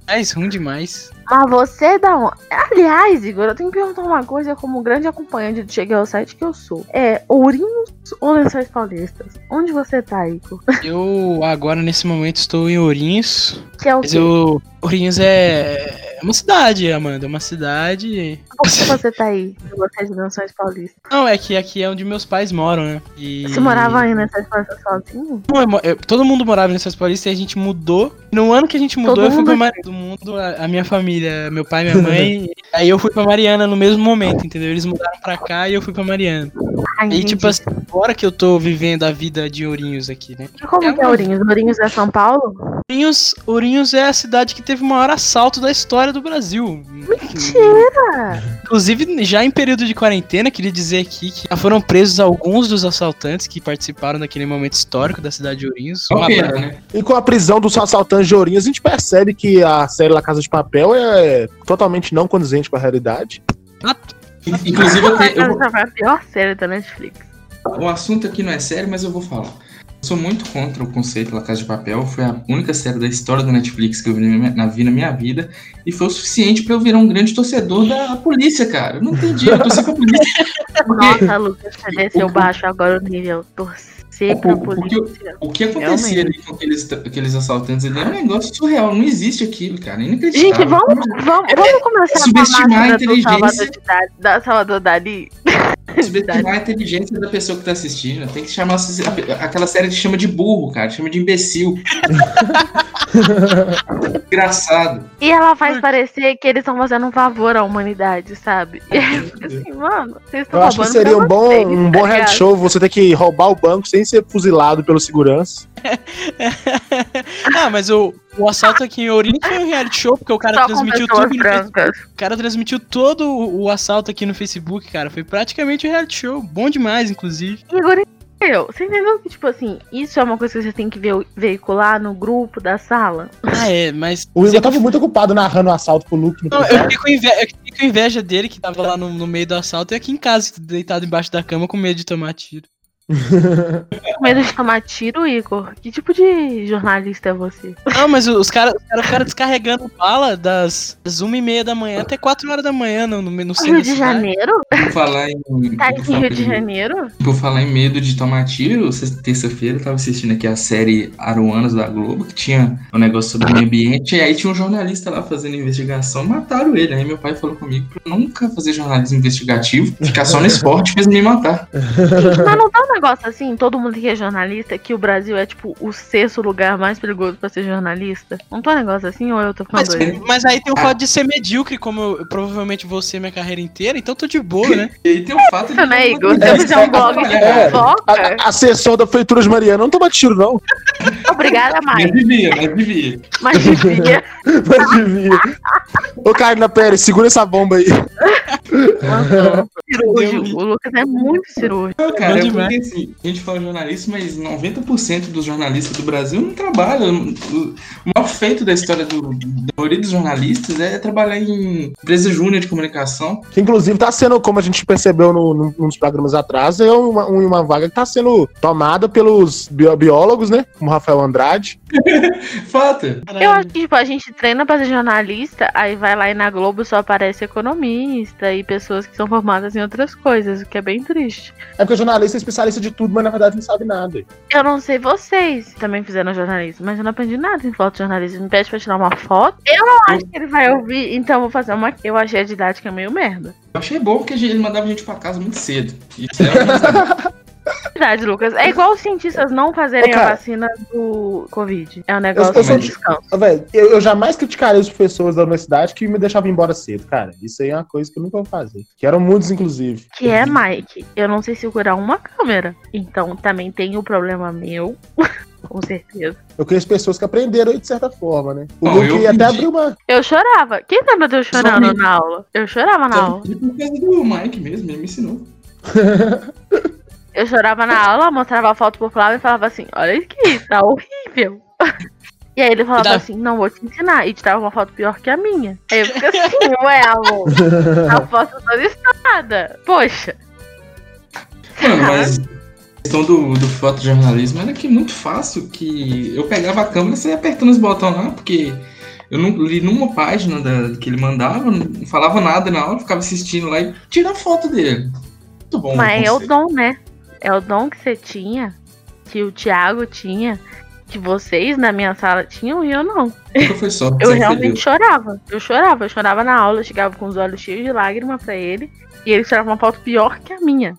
mas ruim demais. Mas você dá um. Aliás, Igor, eu tenho que perguntar uma coisa como grande acompanhante do Cheguei ao Site que eu sou. É, Ourinhos ou Lençóis Paulistas? Onde você tá, Igor? Eu agora, nesse momento, estou em Ourinhos. Que é o Mas quê? eu. Ourinhos é. É uma cidade, Amanda. É uma cidade. Por que você tá aí? se Você é de Lençóis Paulistas. Não, é que aqui é onde meus pais moram, né? E... Você morava aí Lençóis Paulistas sozinho? Não, eu mo- eu- todo mundo morava em São Paulista e a gente mudou. No ano que a gente mudou, Todo eu fui mundo pra Mariana. Todo mundo, a, a minha família, meu pai, minha mãe. aí eu fui pra Mariana no mesmo momento, entendeu? Eles mudaram pra cá e eu fui pra Mariana. Ah, E entendi. tipo assim, agora que eu tô vivendo a vida de ourinhos aqui, né? E como é que é um- Ourinhos? Ourinhos é São Paulo? Ourinhos, Ourinhos é a cidade que teve o maior assalto da história do Brasil. Mentira! Inclusive, já em período de quarentena, queria dizer aqui que já foram presos alguns dos assaltantes que participaram daquele momento histórico da cidade de Ourinhos. Um Uma é? pena, abraço. né? E com a prisão dos assaltantes de Ourinhos, a gente percebe que a série La Casa de Papel é totalmente não condizente com a realidade. Inclusive, eu, te- eu, Essa foi a pior série da Netflix. O assunto aqui não é sério, mas eu vou falar. Eu sou muito contra o conceito La Casa de Papel. Foi a única série da história da Netflix que eu vi na minha, na- vi na minha vida. E foi o suficiente pra eu virar um grande torcedor da polícia, cara. Eu não entendi. Eu torci pra polícia. Porque Nossa, Lucas, você desceu baixo agora o nível. Torcer pra O- o- o que eu- polícia. o que acontecia Realmente. ali com aqueles, aqueles assaltantes ali é um negócio surreal. Não existe aquilo, cara. É inacreditável. Gente, vamos, vamos, vamos começar subestimar a a falar do inteligência. Salvador, de Dali- da Salvador Dali. Subestimar a inteligência da pessoa que tá assistindo. Tem que chamar esses- a- aquela série que chama de burro, cara. Chama de imbecil. Engraçado. E ela faz parecer que eles estão fazendo um favor à humanidade, sabe? E aí eu fico assim, mano, vocês estão Eu acho que seria um bom, um tá bom head show você ter que roubar o banco sem ser fuzilado pelo segurança. ah, mas o, o assalto aqui em Ourinhos foi um reality show, porque o cara Só com transmitiu pessoas tudo. no Face- brancas. O cara transmitiu todo o, o assalto aqui no Facebook, cara. Foi praticamente um reality show. Bom demais, inclusive. Igor entendeu? Você entendeu que, tipo assim, isso é uma coisa que você tem que ve- veicular no grupo da sala? Ah, é, mas. O Sei Igor que tava muito ocupado narrando o assalto pro Luke. no Não, eu episódio. fiquei, com inveja, eu fiquei com inveja dele, que tava lá no, no meio do assalto, e aqui em casa, deitado embaixo da cama, com medo de tomar tiro. Com medo de tomar tiro, Igor? Que tipo de jornalista é você? Não, mas o- os caras os cara ficaram descarregando bala das, das 1 e meia da manhã até 4 horas da manhã no, no, no centro da Rio de cidade. Janeiro? Por falar em. Tá por aqui em falar Rio de em- Janeiro? Por falar em medo de tomar tiro, sexta- terça-feira eu tava assistindo aqui a série Aruanas da Globo, que tinha um negócio sobre o meio ambiente, e aí tinha um jornalista lá fazendo investigação, mataram ele. Aí meu pai falou comigo pra eu nunca fazer jornalismo investigativo, ficar só no esporte fez me matar. Mas não dá um negócio assim, todo mundo que é jornalista, que o Brasil é, tipo, o sexto lugar mais perigoso pra ser jornalista? Não tá um negócio assim ou eu tô ficando Mas, doida? mas aí tem o fato de ser medíocre, como eu provavelmente vou ser minha carreira inteira, então tô de boa, né? E aí tem o fato de. Isso, né, Igor? Se eu fizer um blog de É, fofoca, A, a sessão da feitura de Mariana não toma tiro, não. obrigada mais. Mas devia, mas devia. Mas é devia Mas devia. Ô, Karina Pérez, segura essa bomba aí. lançou. Deu cirúrgico. O Lucas é muito cirúrgico. Não, cara, Bom é porque demais. assim, a gente fala jornalista, mas 90% dos jornalistas do Brasil não trabalham. O maior feito da história do, da maioria dos jornalistas é trabalhar em empresa júnior de comunicação. Que, inclusive, tá sendo, como a gente percebeu no, no, nos programas atrás, é uma, um- uma vaga que tá sendo tomada pelos bio- biólogos, né? Como Rafael Andrade. Fato. Eu acho que, tipo, a gente treina pra ser jornalista, aí vai lá e na Globo só aparece economista e pessoas que são formadas em outras coisas, o que é bem triste. É porque jornalista é especialista de tudo, mas na verdade não sabe nada. Eu não sei vocês que também fizeram jornalismo, mas eu não aprendi nada em foto de jornalismo. Me pede pra tirar uma foto. Eu não acho que ele vai ouvir, então eu vou fazer uma. Eu achei a didática meio merda. Eu achei bom porque ele mandava a gente pra casa muito cedo. Isso é era Verdade, Lucas. É igual os cientistas não fazerem Ô, cara. a vacina do Covid. É um negócio Eu- eu sou de de- descanso. Ah, velho, eu, eu jamais criticaria os professores da universidade que me deixavam embora cedo, cara. Isso aí é uma coisa que eu nunca vou fazer. Que eram muitos, inclusive. Que é, Mike, eu não sei segurar uma câmera. Então também tem o problema meu. Com certeza. Eu conheço pessoas que aprenderam aí de certa forma, né? O Bom, Luke eu ia até aprendi. abrir uma. Eu chorava. Quem lembra de eu chorando comigo. na aula? Eu chorava na só aula. por causa do Mike mesmo, ele me ensinou. Eu chorava na aula, mostrava a foto pro Flávio e falava assim: Olha aqui, tá horrível. E aí ele Tá. falava Dá- assim: Não, vou te ensinar. E tirava uma foto pior que a minha. Aí eu fico assim: Ué, amor, a foto toda estrada. Poxa. Mano, mas. A questão do, do fotojornalismo era que é muito fácil que eu pegava a câmera e saía apertando os botões lá, porque eu não li numa página da- que ele mandava, não falava nada na aula, ficava assistindo lá e tirava foto dele. Muito bom. Mas é o conceito. dom, né? É o dom que você tinha, que o Thiago tinha, que vocês na minha sala tinham e eu não. Nunca foi só. Eu sempre realmente deu. chorava. Eu chorava, eu chorava na aula, eu chegava com os olhos cheios de lágrima pra ele. E ele tirava uma foto pior que a minha.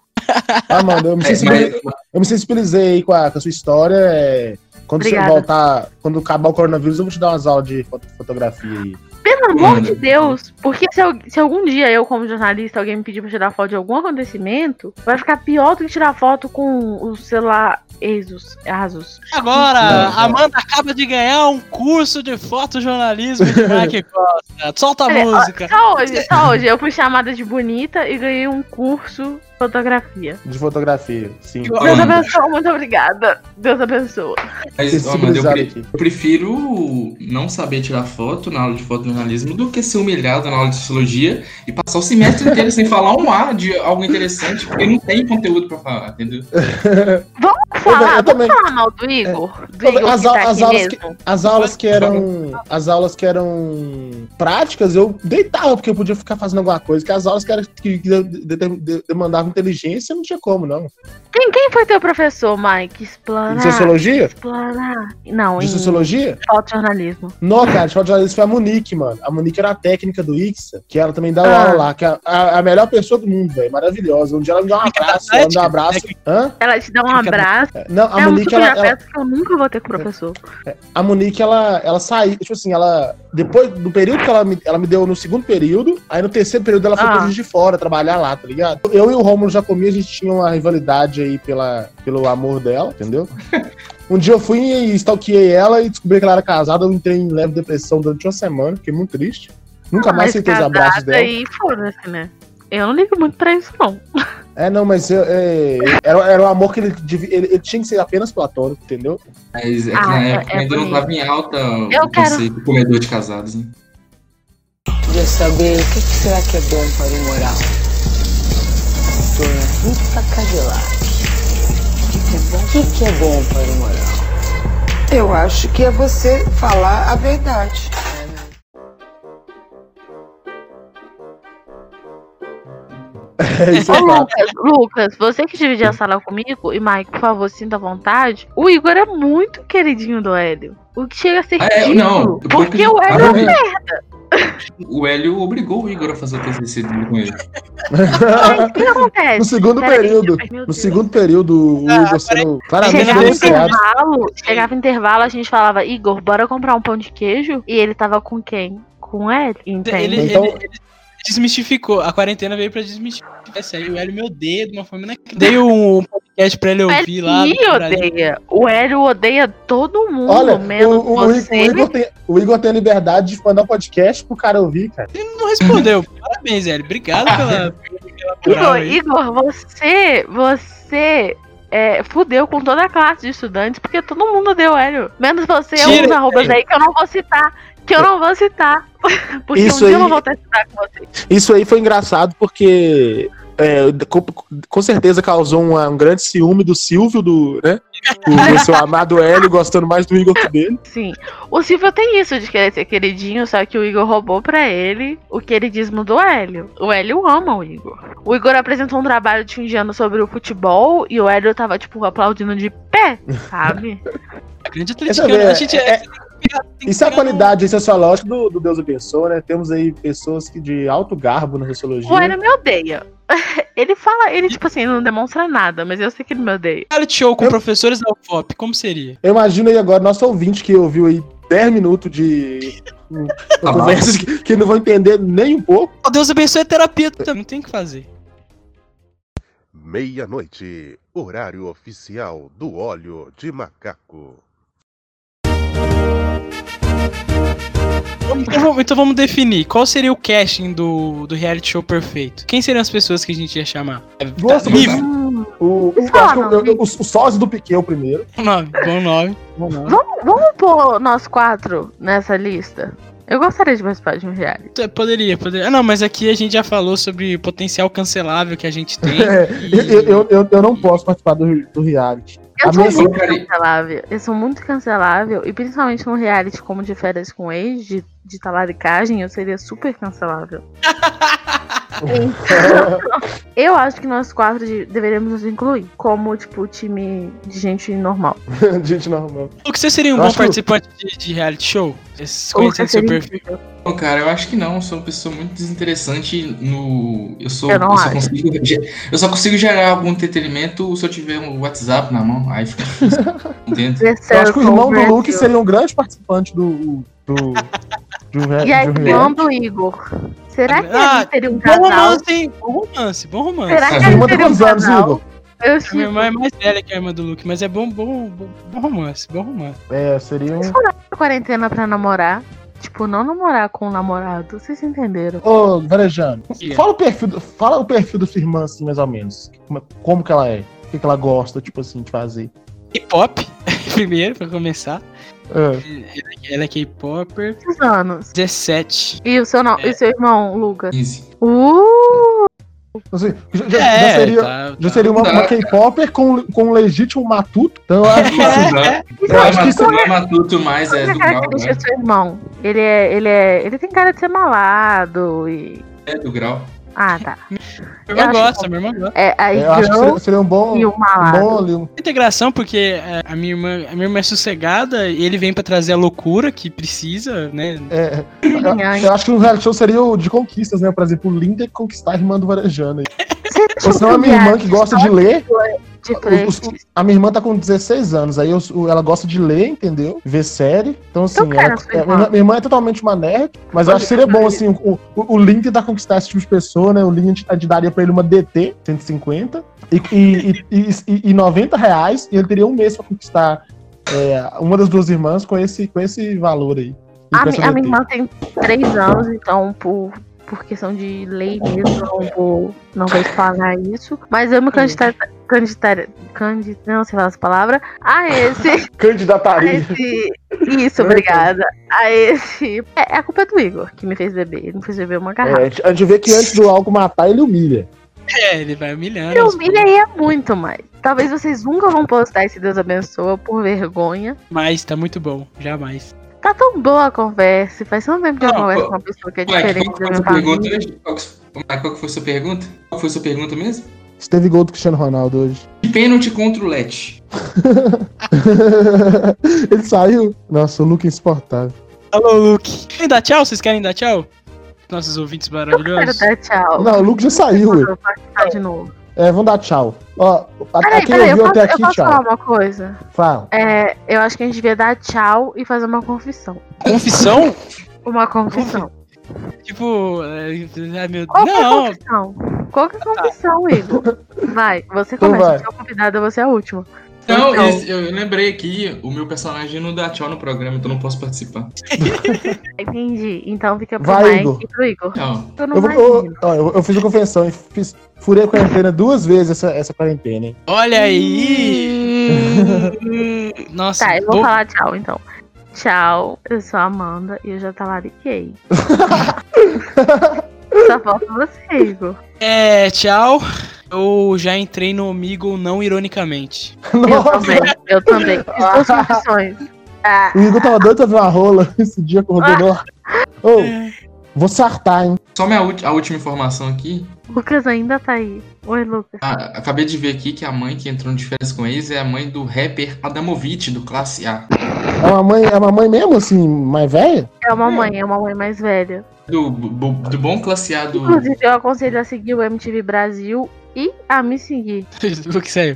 Ah, mano, eu me, É, sensibilizei, mas- eu me sensibilizei aí com a, com a sua história. é, Quando você Obrigada. voltar, quando acabar o coronavírus, eu vou te dar umas aulas de foto- fotografia aí. Pelo amor Mano. de Deus, porque se, al- se algum dia eu, como jornalista, alguém me pedir pra tirar foto de algum acontecimento, vai ficar pior do que tirar foto com o celular Asus. Asus. Agora, Amanda acaba de ganhar um curso de fotojornalismo de Mike Costa. Solta a Olha, ó, música. Só hoje, só hoje. Eu fui chamada de bonita e ganhei um curso de fotografia. De fotografia, sim. Que Deus Olha. abençoe, muito obrigada. Deus abençoe. Mas, tipo ó, mano, eu, Sensibilizado pre- aqui. eu prefiro não saber tirar foto na aula de fotojornalismo do que ser humilhado na aula de sociologia e passar o semestre inteiro sem falar um A de algo interessante, porque não tem conteúdo pra falar, entendeu? Vamos falar, eu vamos também- É. falar mal do Igor? Do Igor As que tá au- as aqui aulas que- mesmo? As aulas que eram. As aulas que eram práticas, eu deitava, porque eu podia ficar fazendo alguma coisa. Porque as aulas que, era, que de- de- de- demandavam inteligência, não tinha como, não. Quem, quem foi teu professor, Mike? Explana. De sociologia? Explana. Não, De em sociologia? fotojornalismo. Não, cara, de fotojornalismo foi a Monique, mano. A Monique era a técnica do Ixa, que ela também dá Ah. aula lá, que é a, a melhor pessoa do mundo, velho. Maravilhosa. Um dia ela me deu um Técnica abraço, ela me deu um atlética, abraço. Hã? Ela te dá um Fica- abraço. Não, a é um Monique, super ela, afeto ela- que eu nunca vou ter com o professor. a Monique, ela, ela saiu, tipo assim, ela. Depois do período que ela me, ela me deu no segundo período, aí no terceiro período ela foi Ah. pra Juiz de Fora trabalhar lá, tá ligado? Eu e o Romulo Jacomi, a gente tinha uma rivalidade aí pela, pelo amor dela, entendeu? Um dia eu fui e stalkeei ela e descobri que ela era casada, eu entrei em leve depressão durante uma semana, fiquei muito triste. Ah, Nunca mais aceitei os abraços dela. E foda-se, né? Eu não ligo muito pra isso, não. É, não, mas eu, é, era, era um amor que ele, devia- ele- ele tinha que ser apenas platônico, entendeu? Mas é que Ah, na é- época é ainda não bonito. tava em alta o Eu quero- conceito de comedor de casados, né? Queria saber o que, que será que é bom para o moral. Dona Rita Cadillac. O que, que é bom para o moral? Eu acho que é você falar a verdade. É isso Ô, é fato. Lucas, Lucas, você que dividiu a sala comigo, e Mike, por favor, sinta à vontade. O Igor é muito queridinho do Hélio. O que chega a ser Ah, é, ridículo. não, eu vou porque pedir- o Ah, Hélio. é não. O Hélio obrigou o Igor a fazer o TCC dele com ele. Mas o que acontece? No segundo Peraí, período. meu No Deus. segundo período, o Ah, Igor sendo claramente Chegava beneficiado. intervalo, chegava intervalo, a gente falava, Igor, bora comprar um pão de queijo? E ele tava com quem? Com o Hélio, entende? Ele, Então- ele- ele desmistificou. A quarentena veio pra desmistificar isso aí. O Hélio me odeia de uma forma inacreditável. Dei um podcast pra ele O ouvir lá. Hélio me odeia. O Hélio odeia todo mundo, Olha, menos o, o- o você. Igor tem, o Igor tem a liberdade de mandar um podcast pro cara ouvir, cara. Ele não respondeu. Parabéns, Hélio. Obrigado pela, pela moral Igor, aí. Igor, você, você é, fudeu com toda a classe de estudantes, porque todo mundo deu Hélio. Menos você, é Tira alguns ele. arrobas aí que eu não vou citar. Que eu não vou citar. Porque Isso um dia aí- eu vou voltar a citar com você. Isso aí foi engraçado porque é, com, com certeza causou uma- um grande ciúme do Silvio, do, né? Do, do seu amado Hélio, gostando mais do Igor que dele. Sim. O Silvio tem isso de querer ser queridinho, só que o Igor roubou pra ele o queridismo do Hélio. O Hélio ama o Igor. O Igor apresentou um trabalho de fim de ano sobre o futebol e o Hélio tava, tipo, aplaudindo de pé, sabe? Grande Quer atleticano. saber, A gente é. é- Isso um é a qualidade isso é sociológica do, do Deus abençoa, né? Temos aí pessoas que de alto garbo na sociologia. o Hélio me odeia. Ele fala, ele, tipo assim, não demonstra nada, mas eu sei que ele me odeia. reality show com Eu- professores da UFOP, como seria? Eu imagino aí agora, nosso ouvinte que ouviu aí 10 minutos de uma Tá bom. conversa que, que não vão entender nem um pouco. Oh, Deus abençoe a terapia, também não tem o que fazer. Meia-noite, horário oficial do óleo de macaco. Vamos- Então vamos, então vamos definir, qual seria o casting do, do reality show perfeito? Quem seriam as pessoas que a gente ia chamar? Gosto Livre. muito. O, o, Vocês eu acho que falaram, eu- eu- o, o sócio do Piquet, é o primeiro. Bom nome, bom nome. Vamos, vamos pôr nós quatro nessa lista? Eu gostaria de participar de um reality. T- Poderia, poderia. Ah, não, mas aqui a gente já falou sobre potencial cancelável que a gente tem. Eu, É, eu, eu- eu, eu não posso participar do, do reality. Eu A sou minha muito secretaria- cancelável. Eu sou muito cancelável. E principalmente num reality como de férias com ex, de, de talaricagem, eu seria super cancelável. Eu acho que nós quatro de- deveríamos nos incluir como, tipo, time de gente normal. Gente normal. O que você seria um Eu bom acho que- participante de, de reality show? Esses Ou você Conhecendo seu seria- perfil. Bom, cara, eu acho que não. Eu sou uma pessoa muito desinteressante no. Eu sou. Eu não só acho. consigo, ge- eu só consigo gerar algum entretenimento se eu tiver um WhatsApp na mão. Aí fica difícil. Entende? The Eu acho que o irmão do Circle Luke Brasil. seria um grande participante do. do... de um, re- E a de um reality. irmã do Igor. Será que Ah, ele teria um Bom casal? romance, hein? Bom romance, bom romance. Será que Minha ele irmã tem teria um quantos anos, casal? Igor? Eu A minha chico. irmã é mais velha que a irmã do Luke, mas é bom, bom, bom, bom romance, bom romance. É, seria um. quarentena pra namorar. Tipo, não namorar com o namorado. Vocês entenderam? Ô, Varejano, Sim. fala o perfil, do- fala o perfil da sua irmã, assim, mais ou menos. Como, como que ela é? O que, que ela gosta, tipo assim, de fazer? K-pop, primeiro, pra começar. É. Ela é K-popper. Quantos anos? 17. E o seu, no... É. e o seu irmão, Lucas? 15. Uh! Assim, já, já- já é, seria, tá- tá. já Então seria uma, uma Tá. K-Popper com, com um legítimo matuto. Então eu acho que assim, Não é acho que isso- matuto, não é matuto mais, é Qual é a do grau, característica né? do seu irmão? Ele é, ele é. Ele tem cara de ser malado e. É do grau. Ah, tá. Minha irmã Eu acho gosta, minha irmã gosta. É a eu acho que Igão seria, seria um bom. e o um malado. bom ali, um- Integração, porque é, a minha irmã, a minha irmã é sossegada e ele vem pra trazer a loucura que precisa, né? é, Ai. eu, eu acho que um reality show seria o de conquistas, né? Por exemplo, o Linda conquistar a irmã do Varejano. Vocês Ou senão a minha é irmã que acham gosta de ler. um de Os- os- a minha irmã tá com 16 anos, aí eu sou- ela gosta de ler, entendeu? Ver série. Então, assim, Então, cara, ela- sua irmã. minha- minha irmã é totalmente uma nerd, mas eu acho que seria bom, assim, o, o, o Link tentar conquistar esse tipo de pessoa, né? O Link a gente- a gente daria pra ele uma DT 150 e, e, e, e, e 90 reais, e ele teria um mês pra conquistar é, uma das duas irmãs com esse, com esse valor aí. E A, com mi- essa a DT. minha irmã tem 3 anos, então por, por questão de lei mesmo, eu não vou, não vou falar isso. Mas eu me candidata- candidatar, candid, não sei falar essa palavra, a esse, a Candidataria. esse, isso, obrigada, a esse, é, é a culpa do Igor que me fez beber, ele me fez beber uma É, garrafa. a, gente, a gente vê que antes do álcool matar, ele humilha. É, ele vai humilhando. Eu as humilha aí é muito mais. Talvez vocês nunca vão postar esse Deus abençoa por vergonha. pessoas, Mas tá muito bom, jamais. Tá tão boa a conversa, faz tanto tempo que eu Não, converso pô, com uma pessoa que é Mike, qual diferente que da foi a minha sua pergunta família. hoje? Qual que, Mike, qual que foi a sua pergunta? Qual foi a sua pergunta mesmo? Esteve gol do Cristiano Ronaldo hoje. De pênalti contra o Let. Ele saiu. Nossa, o Luke é insuportável. Alô, Luke. Querem dar tchau? Vocês querem dar tchau? Nossos ouvintes Eu quero maravilhosos. dar tchau. Não, o Luke já saiu, ué. Eu faço tchau de novo. É, vamos dar tchau. Ó, a, a Peraí, quem peraí, eu ouviu posso, até eu aqui, posso falar tchau. uma coisa? Fala. É, eu acho que a gente devia dar tchau e fazer uma confissão. Confissão? Uma confissão. tipo, é, ai meu Qual que é a Não, confissão? Qual que é a confissão, Igor? Vai, você Então começa, vai. você é o convidado, você é a última. Não, Então. esse- eu lembrei aqui, o meu personagem não dá tchau no programa, então não posso participar. Entendi. Então fica pro Vai, Mike Igor. e pro Igor. Tchau. Eu não Eu, vou- eu, imagino. ó, eu, eu fiz a confissão e fiz, furei a quarentena duas vezes essa, essa quarentena, hein? olha aí. Nossa, Tá, eu vou bo- falar tchau, então. Tchau, eu sou a Amanda e eu já talariquei. Só falta você, Igor. É, tchau. Eu já entrei no Omegle não ironicamente. Eu Nossa, também, eu também. Fiz duas confissões. Ah, o Igor tava doido pra ver uma rola esse dia acordou. não. Ô, vou sartar, hein? Só minha ulti- a última informação aqui. Lucas ainda tá aí. Oi, Lucas. Ah, acabei de ver aqui que a mãe que entrou de férias com eles é a mãe do rapper Adamovic, do Classe A. É uma mãe, é uma mãe mesmo, assim, mais velha? É uma mãe, é uma mãe mais velha. Do, do, do bom Classe A do... Inclusive, eu aconselho a seguir o MTV Brasil e a me seguir. o que saiu?